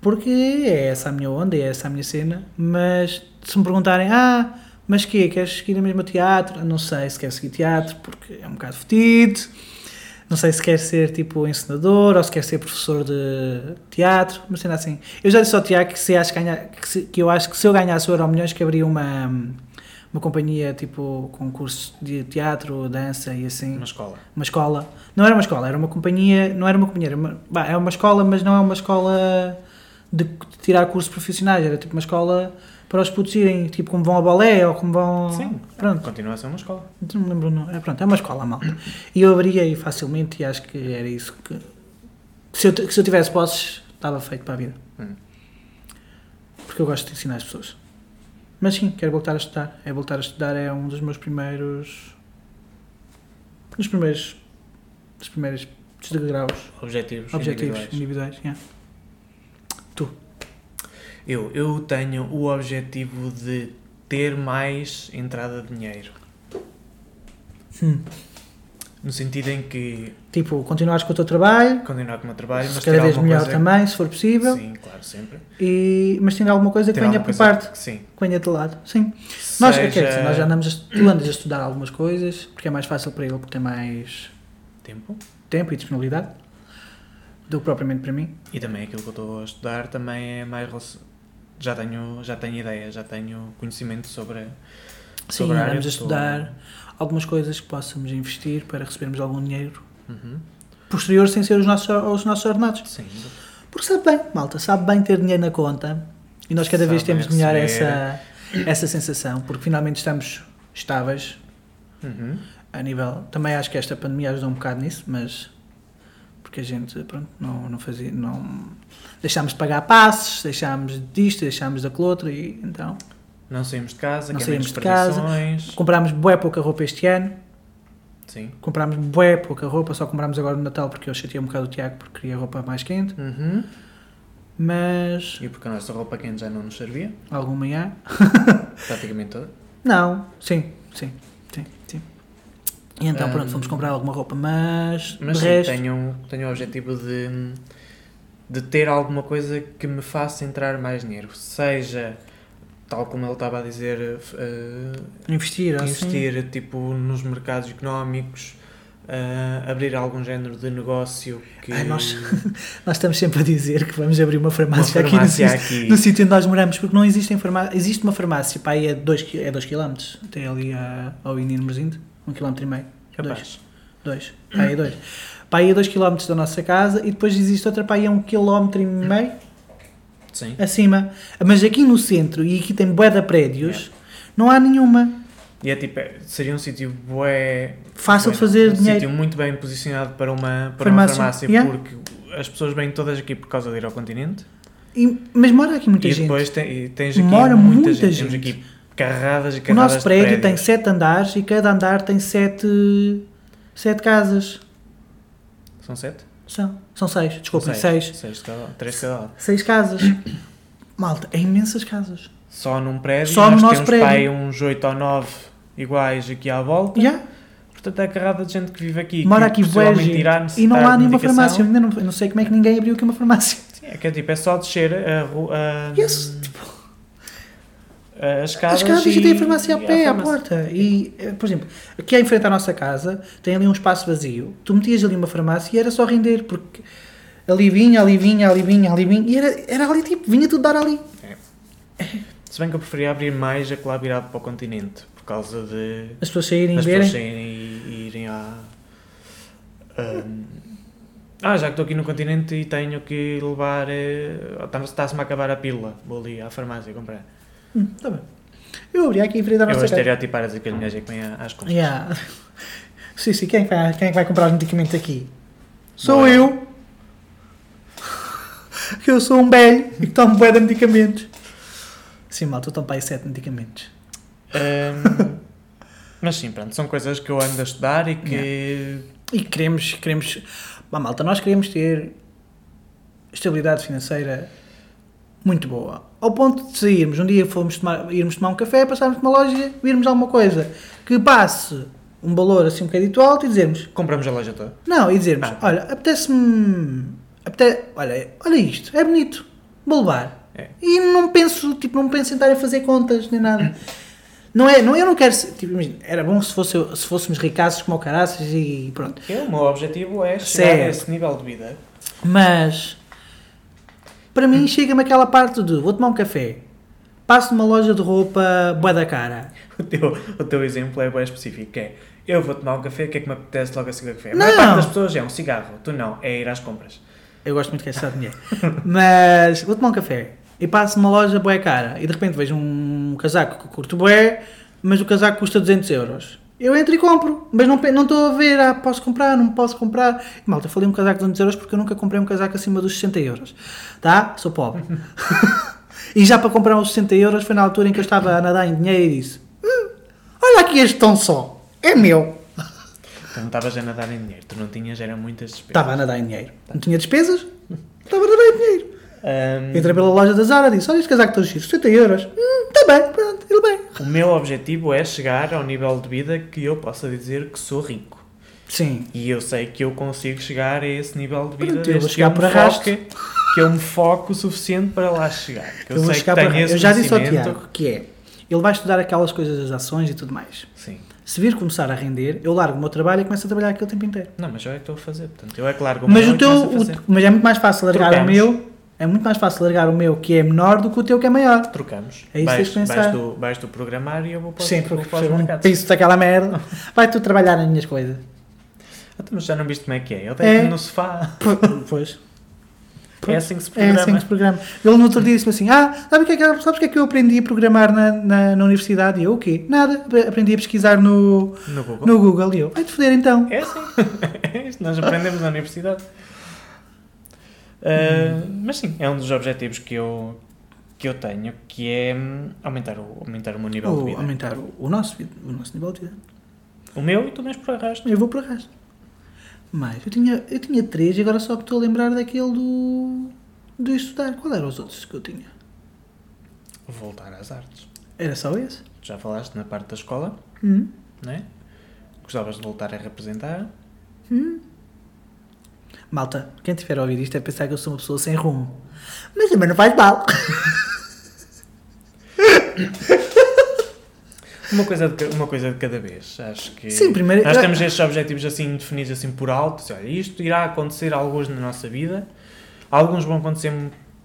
Porque é essa a minha onda, é essa a minha cena. Mas se me perguntarem, ah, mas quê? Queres seguir mesmo a teatro? Não sei se quero seguir teatro, porque é um bocado fedido. Não sei se quer ser tipo ensinador ou se quer ser professor de teatro, uma cena assim. Eu já disse ao Tiago que, se acho que, ganha- que, se- que eu acho que se eu ganhasse o Euro Milhões que abria uma, uma companhia tipo com curso de teatro, dança e assim
Uma escola.
uma escola. Não era uma escola, era uma companhia. Não era uma companhia, era uma, bah, é uma escola, mas não é uma escola de tirar cursos profissionais. Era tipo uma escola para os putos irem, tipo como vão ao balé ou como vão.
Sim.
Pronto,
Continua a ser uma escola.
não me lembro. Não. É, pronto, é uma escola, malta. E eu abria aí facilmente e acho que era isso que. Se eu, t- se eu tivesse posses, estava feito para a vida.
Hum.
Porque eu gosto de ensinar as pessoas. Mas sim, quero voltar a estudar. É voltar a estudar é um dos meus primeiros. dos primeiros. dos primeiros graus.
Objetivos.
Objetivos
individuais.
individuais. yeah.
Eu, eu tenho o objetivo de ter mais entrada de dinheiro.
Hum.
No sentido em que
Tipo, continuares com o teu trabalho,
continuar com o meu trabalho, mas ter
cada vez
alguma
melhor
coisa...
também, se for possível,
Sim, claro, sempre.
e, mas tendo alguma coisa que
Ter
venha
alguma
por
coisa
parte,
que- Sim.
que venha de lado. Sim. Nós, é quer
Seja
dizer, nós já andamos a, est- tu andas a estudar algumas coisas, porque é mais fácil para ele, porque tem mais
Tempo.
tempo e disponibilidade do que propriamente para mim.
E também aquilo que eu estou a estudar também é mais... relacion- Já tenho, já tenho ideia, já tenho conhecimento sobre,
Sim,
Sobre a área
vamos a
de
estudar algumas coisas que possamos investir para recebermos algum dinheiro
Uhum.
posterior sem ser os nossos, os nossos ordenados.
Sim.
Porque sabe bem, malta, sabe bem ter dinheiro na conta e nós cada vez
Sabe
temos melhor
receber.
essa, essa sensação, porque finalmente estamos estáveis
Uhum.
a nível. Também acho que esta pandemia ajudou um bocado nisso, mas porque a gente, pronto, não, não fazia. Não, deixámos de pagar passes, deixámos disto, deixámos daquilo outro e então.
Não saímos de casa,
Não
que é menos
saímos de casa.
perdições.
Comprámos bué pouca roupa este ano.
Sim.
Comprámos bué pouca roupa, só comprámos agora no Natal porque eu chateei um bocado o Tiago porque queria roupa mais quente.
Uhum.
Mas.
E porque a nossa roupa quente já não nos servia,
Alguma há?
praticamente toda.
Não, sim, sim, sim, sim. E então,
Ahm.
pronto, fomos comprar alguma roupa, mas.
Hum. Mas
de
sim,
resto,
tenho, um, tenho o objetivo de, de ter alguma coisa que me faça entrar mais dinheiro. Seja, tal como ele estava a dizer, eh,
investir, assim.
investir tipo nos mercados económicos, ah, abrir algum género de negócio que
Ai, nós- Nós estamos sempre a dizer que vamos abrir uma
uma
farmácia,
farmácia
aqui no,
aqui.
sítio- no sítio onde nós moramos, porque não existem farmácias. Existe uma farmácia, pá, aí é 2 km, é dois quilómetros, até ali a, ao Inino Merzindo, 1 km e meio.
Capaz.
2, pá, aí é 2. Pá, aí é 2 km da nossa casa e depois existe outra, pá, aí é 1 km e meio
Sim.
acima. Mas aqui no centro, e aqui tem bué de prédios, não há nenhuma.
E é tipo, é- seria um sítio bué.
Fácil
bué,
de fazer
um
dinheiro.
sítio muito bem posicionado para uma, para
Farmácia,
uma farmácia,
yeah.
porque as pessoas vêm todas aqui por causa de ir ao continente.
E- mas mora aqui muita
e
gente.
depois tem, e tens aqui
Mora
muita,
muita
gente.
gente.
Temos aqui carradas e
O
carradas.
nosso prédio
de
tem
prédios.
7 andares e cada andar tem 7 sete casas.
São sete?
São, são 6,
São
desculpem, 6.
Seis de cada, três de cada lado.
Seis casas. Malta, é imensas casas.
Só num prédio,
Só no
nós
nosso
temos
prédio.
pá, aí uns oito ou nove iguais aqui à volta.
Já,
Portanto, é a carrada de gente que vive aqui.
mora
que
aqui boa
possivelmente
gente.
irá necessitar
E não há
de
nenhuma
medicação.
farmácia. Eu ainda não, eu não sei como é que ninguém abriu aqui uma farmácia.
Sim, é que é tipo, é só descer a rua.
Yes, tipo,
As
As
casas,
casas e tem a farmácia a
e há
pé, à
farmácia.
porta. E, eh, por exemplo, aqui em frente à nossa casa tem ali um espaço vazio. Tu metias ali uma farmácia e era só render, porque ali vinha, ali vinha, ali vinha, ali vinha. E era, era ali tipo, vinha tudo dar ali.
Se bem que eu preferia abrir mais aquele lá virado para o continente, por causa de
As pessoas saírem e
as pessoas
verem.
saírem e, e irem à. ahm, ah, já que estou aqui no continente e tenho que levar. eh, está- Está-se-me a acabar a pílula. Vou ali à farmácia comprar.
Hum, tá bem. Eu abri aqui em frente à
Eu vou
nossa casa.
estereotipar as encalhinhas que vêm às compras.
Tá, Yeah. Sim, sim, quem, vai- quem é que vai comprar os medicamentos aqui? Sou
Boa.
eu. Que eu sou um velho e que tomo bué de medicamentos. Sim, malta, eu tomo para aí sete medicamentos.
Ahm, mas sim, pronto, são coisas que eu ando a estudar e que.
E queremos, queremos, pá, malta, nós queremos ter estabilidade financeira muito boa. Ao ponto de sairmos, um dia fomos tomar, irmos tomar um café, passarmos por uma loja, virmos alguma coisa que passe um valor assim um bocadinho alto e dizermos,
Compramos a loja toda.
não, e dizermos,
Ah.
olha, apetece-me, apete, olha, olha isto, é bonito, vou levar.
É.
E não penso, tipo, não penso em estar a fazer contas nem nada. Não é, não, eu não quero ser, tipo, imagina, era bom se, fosse, se fôssemos ricaços como o caraças e pronto.
Eu, o meu objetivo é chegar
Certo.
a esse nível de vida.
Mas para mim
Hum.
chega-me aquela parte de vou tomar um café, passo numa loja de roupa bué da cara.
O teu, o teu exemplo é bem específico, que é eu vou tomar um café, o que é que me apetece logo a seguir ao café? A maior
Não.
parte das pessoas é um cigarro, tu não, é ir às compras.
Eu gosto muito de gastar dinheiro. Mas vou tomar um café e passo numa loja bué cara e de repente vejo um casaco que eu curto bué, mas o casaco custa 200 euros. Eu entro e compro, mas não pe- não estou a ver, ah, posso comprar, não posso comprar. Malta, falei um casaco de 200 euros porque eu nunca comprei um casaco acima dos 60 euros. Tá? Sou pobre. e já para comprar uns 60 euros foi na altura em que eu estava a nadar em dinheiro e disse: "Hum, Olha aqui este tão só, é meu.
Tu não estavas a nadar em dinheiro, tu não tinhas, era muitas despesas.
Estava a nadar em dinheiro. Não tinha despesas? Estava a nadar em dinheiro.
Ahm,
Entrei pela loja da Zara e disse: Olha, este casaco está giro, 60 euros. Hum, tá bem, pronto, ele bem.
o meu objetivo é chegar ao nível de vida que eu possa dizer que sou rico.
Sim.
E eu sei que eu consigo chegar a esse nível de vida
Pronto, eu vou
desde
chegar
que,
por
me
arrasto.
foque- que eu me foco o suficiente para lá chegar. Que
Eu,
Eu,
vou
sei
chegar
que tenho
para.
esse
Eu já disse ao
conhecimento.
Tiago que é: ele vai estudar aquelas coisas das ações e tudo mais.
Sim.
Se vir começar a render, eu largo o meu trabalho e começo a trabalhar aquele tempo inteiro.
Não, mas eu é que estou a fazer, portanto, eu é que largo
Mas,
meu
o
e começo
teu,
a fazer.
o- mas é muito mais fácil largar o
Trocamos.
meu É muito mais fácil largar o meu que é menor do que o teu que é maior.
Trocamos.
É isso que
vais,
tens de pensar.
Vais tu, vais tu programar e eu vou para os-
Sempre
vou
que
para os
percebo um
mercados.
piso daquela merda. Vai tu trabalhar nas minhas coisas.
Ah, Mas já não viste como é que é? Ele tem
É.
no sofá.
Pois.
É assim que se
É
programa.
assim que se programa. Ele no outro dia disse-me assim: Ah, sabe o que é que, eu- sabes o que é que eu aprendi a programar na, na, na universidade? E eu, o quê? Nada. Aprendi a pesquisar no,
No Google.
no Google. E eu, vai-te foder então.
É assim. É isto, nós aprendemos na universidade. Ah, mas sim, é um dos objetivos que eu, que eu tenho, que é hum, aumentar o, aumentar o meu nível de
Ou
vida.
aumentar o, o nosso, vid- o nosso nível de vida.
O meu e tu mesmo por arrasto.
Eu vou por arrasto. Mas eu tinha, eu tinha três e agora só me estou a lembrar daquele do. de estudar. Qual eram os outros que eu tinha?
Voltar às artes.
Era só esse?
Tu Já falaste na parte da escola,
Hum.
não é? Gostavas de voltar a representar.
Hum. Malta, quem tiver a ouvir isto é pensar que eu sou uma pessoa sem rumo. Mas também não faz mal.
Uma coisa de, ca- uma coisa de cada vez. Acho que
Sim, primeiro-
nós
eu-
temos estes objetivos assim definidos assim por alto. Assim, olha, isto irá acontecer alguns na nossa vida. Alguns vão acontecer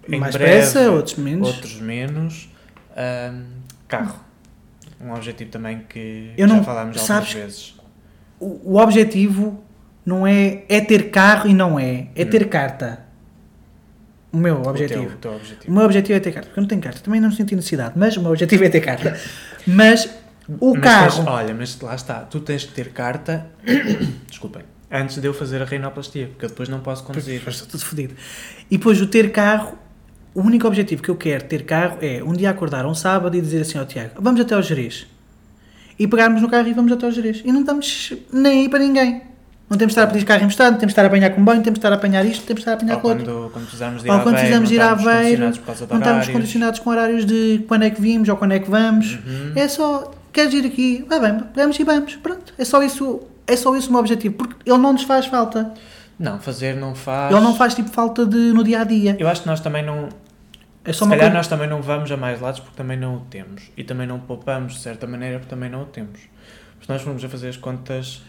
em
Mais
breve,
pressa, outros menos.
outros menos. Ahm, carro. Um objetivo também que
Eu
já
não-
falámos algumas
sabes-
vezes.
O, o objetivo não é, é ter carro e não é. É ter carta. O meu
O
objetivo.
teu, o teu
O
objetivo.
meu objetivo é ter carta, porque eu não tenho carta, também não senti necessidade, mas o meu objetivo é ter carta. Mas
Mas
o
oh,
carro.
tens- olha, mas lá está. Tu tens que ter carta. Desculpem. Antes de eu fazer a reinoplastia, porque eu depois não posso conduzir.
Eu Estou tudo fodido. E depois o ter carro, o único objetivo que eu quero ter carro é um dia acordar um sábado e dizer assim ao Tiago, vamos até ao Jerez. E pegarmos no carro e vamos até ao Jerez. E não estamos nem aí para ninguém. Não temos de estar a pedir carro emprestado, temos de estar a apanhar com banho, temos de estar a apanhar isto, temos de estar a apanhar
Ou
com outro.
quando, quando precisarmos de ir
Ou é quando
Aveiro,
precisamos
não
ir a
estamos
Aveiro,
condicionados por causa de
não estamos
horários.
condicionados com horários de quando é que vimos ou quando é que vamos.
Uhum.
É só, queres ir aqui? Vai bem, vamos e vamos. Pronto, é só isso, é só isso o meu objetivo, porque ele não nos faz falta.
Não, fazer não faz.
Ele não faz tipo falta de, no dia a dia.
Eu acho que nós também não.
É só
se
uma
calhar
coisa.
nós também não vamos a mais lados porque também não o temos. E também não poupamos, de certa maneira, porque também não o temos. Se nós formos a fazer as contas.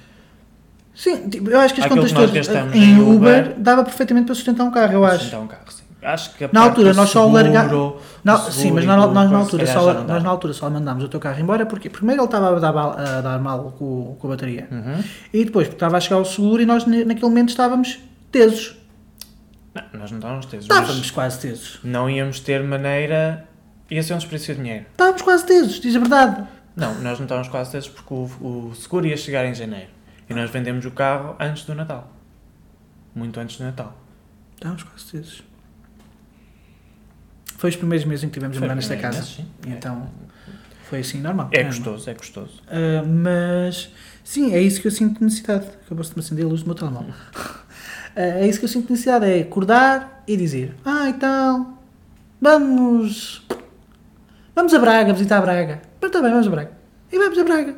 Sim, tipo, eu acho que as
Aquilo
contas
que nós
todas
gastamos
em
em
Uber,
Uber
dava perfeitamente para sustentar um carro, eu
vamos
acho.
sentar Um carro, sim. Acho que a
Na
parte
altura,
do
nós só o
seguro,
largar-
do
Não,
seguro
sim, mas
e
nós,
do-
nós, na
se
altura
calhar
só,
já não dá.
nós na altura só mandámos o teu carro embora, porque primeiro ele estava a dar, bal- a dar mal com, com a bateria,
Uhum.
e depois porque estava a chegar o seguro e nós ne- naquele momento estávamos tesos.
Não, nós não estávamos tesos. mas
Estávamos quase tesos.
Não íamos ter maneira. Ia ser um desperdício de dinheiro.
Estávamos quase tesos, diz a verdade.
Não, nós não estávamos quase tesos porque o, o seguro ia chegar em janeiro. E nós vendemos o carro antes do Natal. Muito antes do Natal.
Estávamos quase tesos. Foi os primeiros meses em que tivemos a
Foi
morar nesta
primeiro
casa.
mês, sim.
Então, foi assim, normal.
É
normal.
gostoso, é gostoso.
Uh, mas sim, é isso que eu sinto necessidade. Acabou-se de me acender a luz do meu telemóvel. Uh, é isso que eu sinto necessidade: é acordar e dizer, ah, então vamos. Vamos a Braga, visitar a Braga. Pronto, tá bem, vamos a Braga. E vamos a Braga.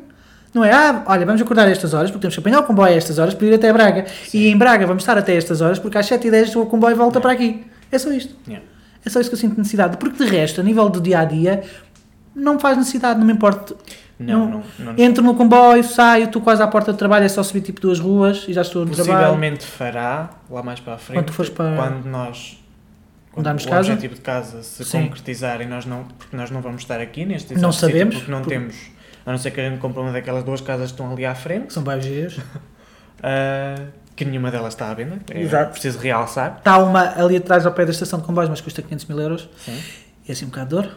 Não é, ah, olha, vamos acordar a estas horas porque temos que apanhar o comboio a estas horas para ir até Braga. E em Braga vamos estar até estas horas porque às 7h10 o comboio volta para aqui. É só isto.
Yeah.
É só isso que eu sinto necessidade. Porque de resto, a nível do dia a dia, não faz necessidade, não me importo
Não,
Não.
não, não, nos-
Entro no comboio, saio, estou quase à porta do trabalho, é só subir tipo duas ruas e já estou no trabalho.
possivelmente fará lá mais para a frente.
Quando tu fores para-
quando nós quando
Mudarmos
o
de casa?
objetivo de casa se
Sim.
concretizar e nós não, porque nós não vamos estar aqui neste
Não
exato sítio,
sabemos,
porque não
porque-
temos, a não ser que a gente compre uma daquelas duas casas que estão ali à frente,
São bairros giros.
ah, que nenhuma delas está à venda, é
Exato.
preciso realçar.
Está uma ali atrás ao pé da estação de comboios, mas custa 500 mil euros.
Sim.
E assim um bocado de dor.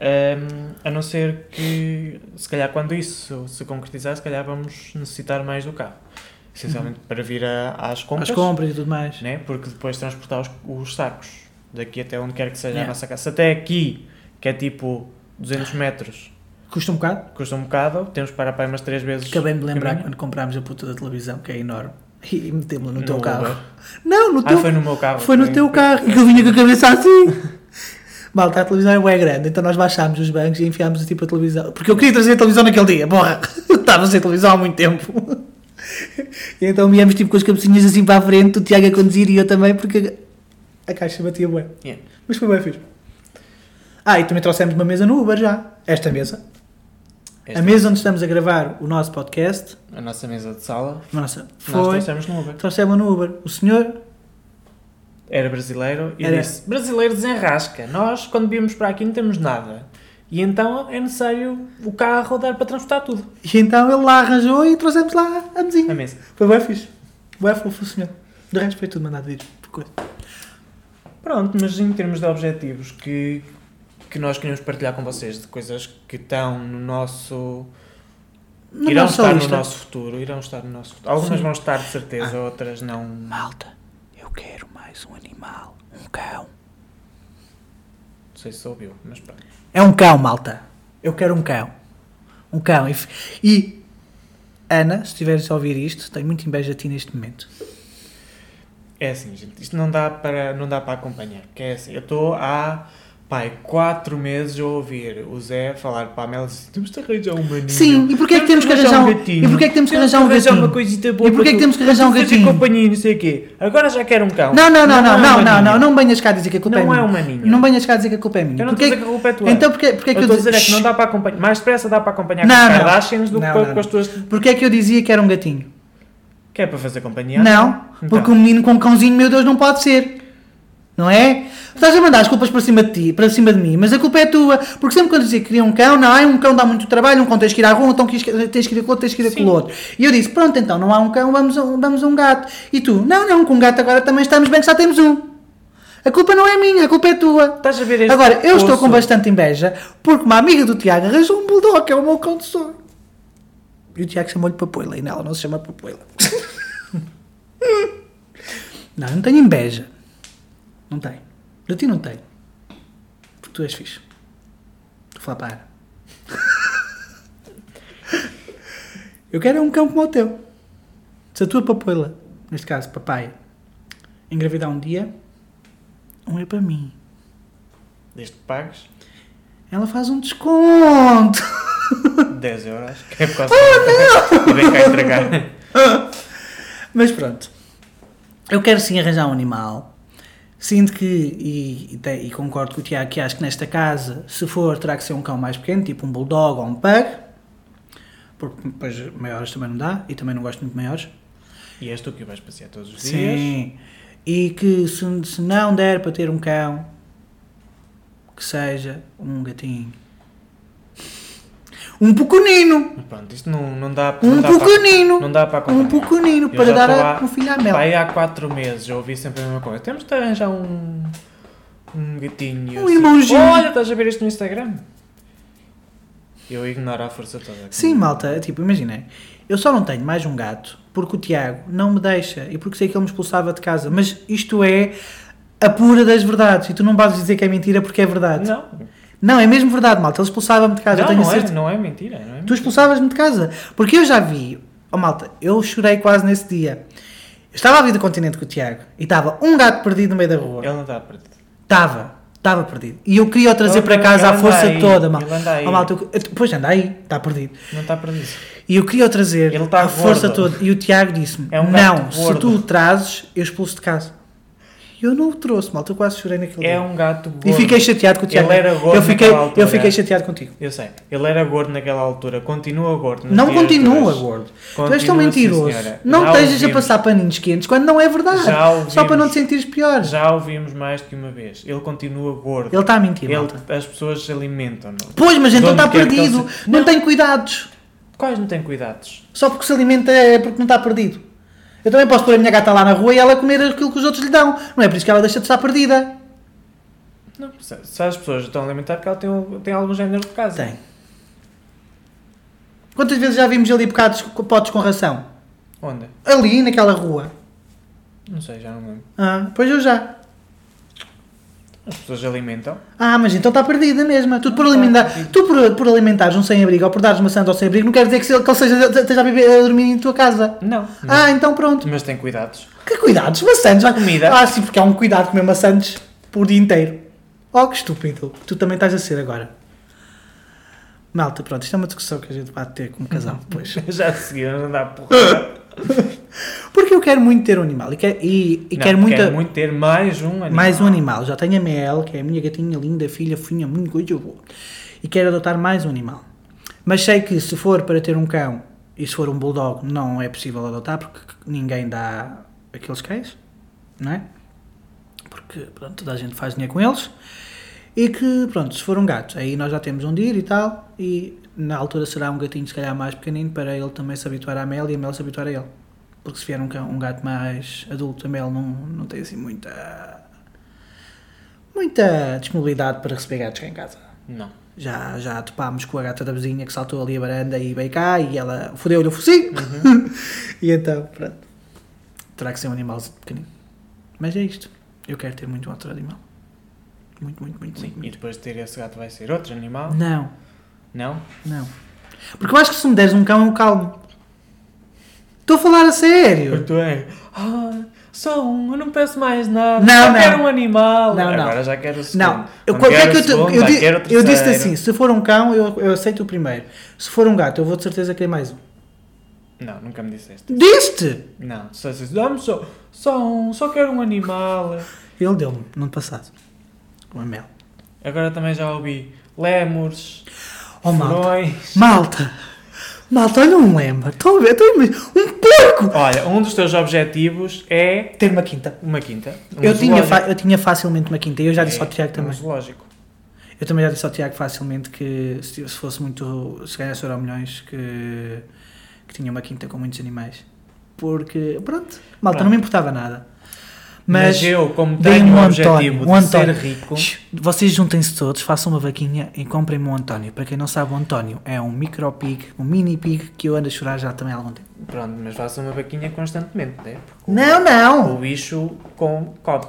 Ahm, a não ser que, se calhar, quando isso se concretizar, se calhar vamos necessitar mais do carro.
Uhum.
Essencialmente para vir a- às compras.
As compras e tudo mais.
né? porque depois transportar os, os sacos daqui até onde quer que seja
Yeah.
a nossa casa. Se até aqui, que é tipo 200 metros,
Custa um bocado.
custa um bocado, temos que parar para aí umas 3 vezes.
Acabei de me lembrar
caminho.
quando comprámos a puta da televisão, que é enorme. E metemos-la no,
No
teu carro.
Uber.
Não, no
Ah,
teu
foi no meu carro.
Foi no
sim.
teu carro. E que eu vinha com a cabeça assim. Malta, a televisão é bué grande, então nós baixámos os bancos e enfiámos tipo a televisão. Porque eu queria trazer a televisão naquele dia, porra! Eu estava sem televisão há muito tempo. E então viemos tipo com as cabecinhas assim para a frente, o Tiago a conduzir e eu também, porque a, a caixa batia bué.
Yeah.
Mas foi bem fixe. Ah, e também trouxemos uma mesa no Uber já. Esta mesa.
Esta
a mesa onde estamos a gravar o nosso podcast.
é A nossa mesa de sala,
Nossa,
nós
foi.
trouxemos no Uber.
Trouxemos no Uber. O senhor
era brasileiro e
Era.
disse: Brasileiro desenrasca, nós quando viemos para aqui não temos nada. E então é necessário o carro rodar para transportar tudo.
E então ele lá arranjou e trouxemos lá a mesinha.
A mesa.
Foi bem fixe. Bem fofo o senhor. De resto foi tudo mandado vir. por coisa.
Pronto, mas em termos de objetivos que, que nós queremos partilhar com vocês, de coisas que estão no nosso.
Não
irão
é só
estar
isto.
no nosso futuro, irão estar no nosso futuro. Algumas
Sim. Ah.
vão estar de certeza, outras não.
Malta, eu quero mais um animal. Um cão.
Não sei se ouviu, mas pronto.
É um cão, malta. Eu quero um cão. Um cão. E, f- e, Ana, se estiveres a ouvir isto, tenho muito inveja de ti neste momento.
É assim, gente, isto não dá para, não dá para acompanhar, que é assim, eu estou há, pai, quatro meses a ouvir o Zé falar para a Mel assim, temos de arranjar um maninho.
Sim, e porquê é que temos que arranjar um
gatinho?
E porquê é que temos que arranjar um
uma
gatinho?
coisita boa
E
para
porquê é que
tu-
temos que arranjar um
fazer
gatinho?
companhia, não sei o quê. Agora já quero um cão.
Não, não, não,
é um
não, não, não,
maninho.
não, não venhas cá dizer que a culpa
Não
é
é um
minha.
maninho.
Não venhas cá dizer que a culpa é minha.
Eu não
Porquê
estou a dizer que a
que-
culpa é tua.
Então porquê, porquê é
eu
que eu
estou a dizer é que
Shhh.
não dá para acompanhar, mais depressa dá para acompanhar
Não,
com as
não.
Kardashians do
Não,
que com,
não,
com as tuas...
Porquê é que eu dizia que era um gatinho?
Que é para fazer companhia?
Não,
Então.
porque um menino com um cãozinho, meu Deus, não pode ser. Não é? Tu Estás a mandar as culpas para cima de ti, para cima de mim, mas a culpa é tua. Porque sempre quando eu dizia que queria um cão, não, ai, um cão dá muito trabalho, um cão tens que ir à rua, então tens que tens que ir a com outro, tens que ir a
Sim.
com o outro. E eu disse, pronto, então não há um cão, vamos a, um- vamos a um gato. E tu, não, não, com um gato agora também estamos bem que só temos um. A culpa não é minha, a culpa é tua.
Estás a ver este
Agora, eu estou
osso?
com bastante inveja porque uma amiga do Tiago arranjou um bulldog, que é o meu cão de sonho. E o Tiago chamou-lhe Papoila e não, ela não se chama Papoila. não, eu não tenho inveja. Não tenho. De ti não tenho. Porque tu és fixe. Estou a falar para a Ana. Eu quero é um cão como o teu. Se a tua papoila, neste caso papai, engravidar um dia, um é para mim.
Desde que pagues
Ela faz um desconto.
10 euros, que é por causa oh, não! vem cá entregar.
Mas pronto. Eu quero sim arranjar um animal. Sinto que, e, e te- e concordo com o Tiago, que acho que nesta casa, se for, terá que ser um cão mais pequeno, tipo um bulldog ou um pug. Porque depois maiores também não dá. E também não gosto muito de maiores.
E és tu que o vais passear todos os dias.
Sim. E que se, se não der para ter um cão, que seja um gatinho. Um pequenino.
Mas Pronto, isto não, não dá
Um
não dá
pequenino.
Para, não dá para
Um
acompanhar.
pequenino
Eu
para
já
dar
estou
a,
lá-
um filho à mel.
Pai, há 4 meses eu ouvi sempre a mesma coisa. Temos de arranjar um, um gatinho.
Um irmãozinho.
Olha, estás a ver isto no Instagram? Eu ignoro a força toda.
Sim, malta, tipo, imaginei. Eu só não tenho mais um gato porque o Tiago não me deixa e porque sei que ele me expulsava de casa. Mas isto é a pura das verdades e tu não vais dizer que é mentira porque é verdade. Não,
Não,
é mesmo verdade, malta. Ele expulsava-me de casa, Tá, eu
não,
tenho a
não, é,
certeza.
não é mentira. Não é
Tu expulsavas-me de casa. Porque eu já vi, oh malta, eu chorei quase nesse dia. Eu estava a vir do continente com o Tiago e estava um gato perdido no meio da rua.
Ele não tá está perdido.
Estava, estava perdido. E eu queria o trazer
Ele-
para casa
ele
à força
anda aí,
toda, mal.
ele anda aí.
Oh, malta, eu- eu- pois anda aí, está perdido.
Não tá está perdido.
E eu queria o trazer
Ele tá
à força
gordo.
toda. E o Tiago disse-me:
É um
Não,
gato
se
gordo."
tu o trazes, eu expulso de casa. E Eu não o trouxe, malta, eu quase chorei naquele
É
dia.
um gato gordo.
E fiquei chateado com o
Ele
Tiago.
era gordo
eu, fiquei,
naquela altura.
eu fiquei chateado contigo.
Eu sei. Ele era gordo naquela altura. Continua gordo. nos
Não
dias de
continua,
hoje.
gordo. tu
Um Continua,
és tão
sim,
mentiroso.
senhora.
não
Já
estejas a
ouvimos.
passar paninhos quentes quando não é verdade.
Já ouvimos.
Só para não te sentires pior.
Já ouvimos mais do que uma vez. Ele continua gordo.
Ele está a mentir,
Ele-
malta.
as pessoas alimentam-no.
Pois, mas
De
então
onde
está
quer que ele
perdido.
se-
Não,
Não.
tem cuidados.
Quais não têm cuidados?
Só porque se alimenta é porque não está perdido. Eu também posso pôr a minha gata lá na rua e ela comer aquilo que os outros lhe dão. Não é por isso que ela deixa de estar perdida.
Não, se se as pessoas estão a alimentar, porque ela tem, um- tem algum género de casa.
Tem. Quantas vezes já vimos ali bocados, potes com ração?
Onde?
Ali, naquela rua.
Não sei, já não me lembro.
Ah, pois eu já.
As pessoas alimentam.
Ah, mas então está perdida mesmo. Tu, por,
Não tá
alimentar,
perdida.
tu por, por alimentares um sem-abrigo ou por dares maçã ao sem-abrigo, não quer dizer que, se, que ele seja, esteja a, viver- a dormir em tua casa.
Não.
Ah, então pronto.
Mas tem cuidados.
Que cuidados, maçãs. vai-
Comida.
Ah, sim, porque há um cuidado de comer maçãs por dia inteiro. Oh, que estúpido. Tu também estás a ser agora. Malta, pronto, isto é uma discussão que a gente vai ter como casal depois.
Já de seguida, não dá porra.
Porque eu quero muito ter um animal e quero, e, e
Não, é
quero muito,
quero muito ter mais um animal.
mais um animal. Já tenho a Mel, que é a minha gatinha linda, filha, fofinha, muito coisa boa. E quero adotar mais um animal. Mas sei que se for para ter um cão e se for um bulldog, não é possível adotar porque ninguém dá aqueles cães, não é? porque pronto, toda a gente faz dinheiro com eles. E que, pronto, se for um gato, aí nós já temos onde ir e tal. E na altura será um gatinho, se calhar, mais pequenino, para ele também se habituar à Mel e a Mel se habituar a ele. Porque se vier um, cão- um gato mais adulto, a Mel não, não tem assim muita. muita disponibilidade para receber gatos cá em casa.
Não.
Já, já topámos com a gata da vizinha que saltou ali a varanda e veio cá e ela fodeu-lhe o focinho.
Uhum.
e então, pronto. Terá que ser um animal pequenino. Mas é isto. Eu quero ter muito outro animal. Muito, muito, muito,
Sim.
muito,
E
muito.
depois de ter esse gato vai ser outro animal?
Não,
Não?
não. Porque eu acho que se me deres um cão, eu calmo. Estou a falar a sério.
Muito é. Ah, só um, eu não peço mais nada.
Não,
só
não.
quero um animal.
Não, não.
Agora já quero o segundo.
Não, eu,
Quando
qual é
quero
que
o
eu, te-
segundo,
eu,
já
di-
quero o
eu disse
terceiro.
assim: se for um cão, eu, eu aceito o primeiro. Se for um gato, eu vou de certeza querer mais um.
Não, nunca me disseste.
Diste!
Não, só disse, dá-me só, só um, só quero um animal.
Ele deu-me, no ano passado. um Uma mel.
Agora também já ouvi lemures,
Oh, malta.
furões.
Malta. Malta, olha um lembra. Estão a ver? Estão a ver? Um porco!
Olha, um dos teus objetivos é
Ter uma quinta.
uma quinta. um
Eu tinha,
zoológico.
fa- eu tinha facilmente uma quinta. e Eu já disse
É,
ao Tiago
um
também.
zoológico.
Eu também já disse ao Tiago facilmente que se, se fosse muito. Se ganhasse euro milhões, que, que tinha uma quinta com muitos animais. Porque, pronto. Malta,
Pronto.
não me importava nada.
Mas,
Mas.
eu, como
dei-me
tenho o
um
objetivo
António,
de
um
ser
António.
rico,
Shh, Vocês juntem-se todos, façam uma vaquinha e comprem-me um António. Para quem não sabe, o António é um micro pig, um mini pig que eu ando a chorar já também há algum tempo.
pronto, mas faça uma vaquinha constantemente, né? Porque o-
Não, não!
O bicho com come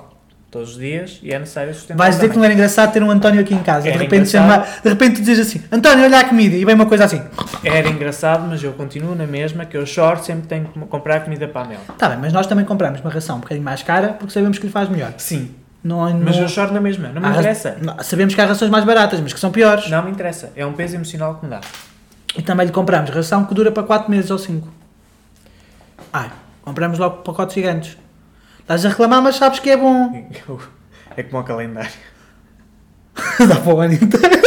todos os dias e é necessário sustentar.
Vais dizer que não era engraçado ter um António aqui em casa.
Era
de repente
engraçado.
chama, de repente tu dizes assim, António, olha a comida e vem uma coisa assim.
Era engraçado, mas eu continuo na mesma que eu choro sempre tenho que comprar comida para a Mel.
Tá bem, mas nós também compramos uma ração um bocadinho mais cara porque sabemos que lhe faz melhor.
Sim, Ah,
Não, é- não,
mas eu choro na mesma, não me
há-
interessa.
não- sabemos que há rações mais baratas, mas que são piores.
Não me interessa, é um peso emocional que me dá.
E também lhe compramos ração que dura para 4 meses ou 5. Ai, compramos logo pacotes gigantes. Estás a reclamar, mas sabes que é bom.
Eu- É como o calendário.
Dá para o ano inteiro.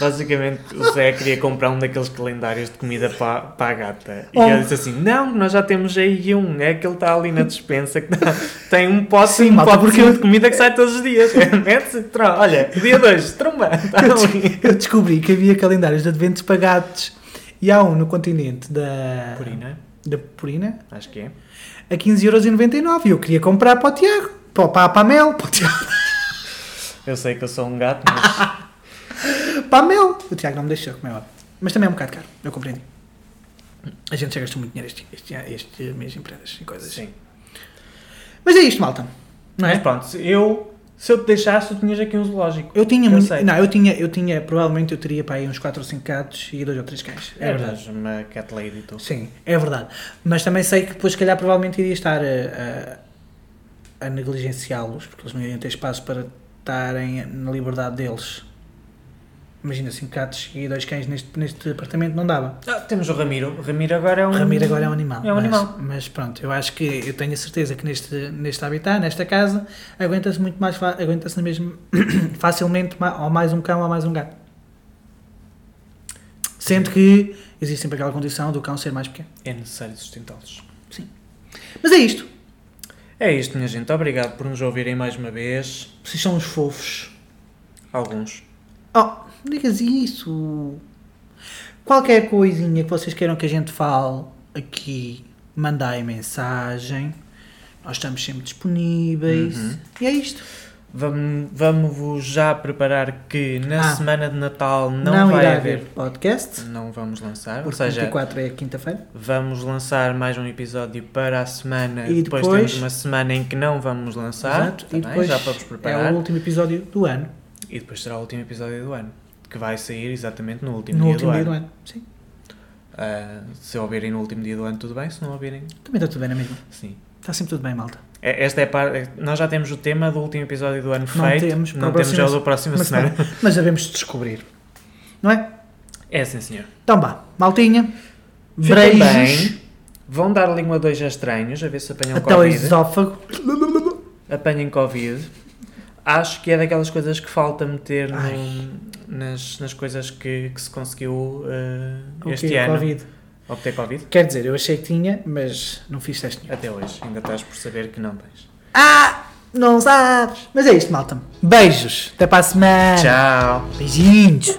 Basicamente, o Zé queria comprar um daqueles calendários de comida para, para a gata. E
Oh.
ele disse assim: Não, nós já temos aí um. É que ele está ali na despensa que tá- tem um pote,
Sim,
um
malta,
pote
porque eu-
de comida que sai todos os dias. Mete-se, tro- olha, dia 2, tromba, está ali.
Eu descobri que havia calendários de adventos para gatos. E há um no continente da.
Purina,
Da Purina.
acho que é.
A 15,99€. E eu queria comprar para o Tiago. Para, o- para, para a Mel. Para, o Tiago,
Eu sei que eu sou um gato, mas
para a Mel. O Tiago não me deixou, como é óbvio. Mas também é um bocado caro. Eu compreendi. A gente já gastou muito dinheiro este, este, este mês em prendas e coisas.
sim.
Mas é isto, malta. Ah, Não é?
Mas pronto, se eu, se eu te deixasse, tu tinhas aqui um zoológico.
Eu tinha
Eu
muito.
sei.
Não, eu tinha, eu tinha, provavelmente eu teria para aí uns 4 ou 5 gatos e 2 ou 3 cães. É, verdade.
Eras uma cat lady, tu.
Sim, é verdade. Mas também sei que depois, se calhar, provavelmente iria estar a, a, a negligenciá-los, porque eles não iriam ter espaço para estarem na liberdade deles. Imagina 5 gatos e 2 cães neste, neste apartamento não dava.
Ah, temos o Ramiro. O Ramiro agora é um.
O Ramiro agora é um animal.
É um
mas,
animal.
Mas pronto, eu acho que eu tenho a certeza que neste, neste habitat, nesta casa, aguenta-se muito mais fa- aguenta-se na mesma facilmente ma- ou mais um cão ou mais um gato. Sendo que existe sempre aquela condição do cão ser mais pequeno.
É necessário sustentá-los.
Mas é isto.
É isto, minha gente. Obrigado por nos ouvirem mais uma vez.
Vocês são uns fofos.
Alguns.
Oh, não digas isso. Qualquer coisinha que vocês queiram que a gente fale aqui, mandai mensagem. Nós estamos sempre disponíveis.
Uhum.
E é isto.
Vamos- Vamos-vos já preparar que na
Ah.
semana de Natal não,
Não,
vai
irá
haver.
haver podcast.
Não vamos lançar. Ou
Porque
seja,
24 é quinta-feira.
vamos lançar mais um episódio para a semana.
E
depois,
depois-
temos uma semana em que não vamos lançar. Tá
E
bem?
depois
já para vos preparar.
é o último episódio do ano.
E depois será o último episódio do ano. Que vai sair exatamente no último
no
dia
último
do
dia
ano.
do ano. Sim.
Ah, se ouvirem no último dia do ano, tudo bem. Se não ouvirem,
Também está tudo bem na mesma.
sim.
Está sempre tudo bem, malta.
É- Esta é a parte. Nós já temos o tema do último episódio do ano
Não
feito.
temos, para
não
a
temos já
próxima
o da próxima
Mas,
semana.
mas devemos descobrir. Não é?
É sim, senhor.
Então vá, maltinha.
Fiquem
Beijos.
bem. Vão dar língua a dois a estranhos, a ver se apanham
Até o
Covid.
esófago.
Apanhem Covid. Acho que é daquelas coisas que falta meter no-
Ai.
nas, nas coisas que, que se conseguiu eh,
O
este
quê?
ano.
Covid.
Ou ter Covid?
Quer dizer, eu achei que tinha, mas não fiz teste nenhum.
Até hoje. Ainda estás por saber que não tens.
Ah! Não sabes! Mas é isto, malta. Beijos. Até para a semana.
Tchau!
Beijinhos.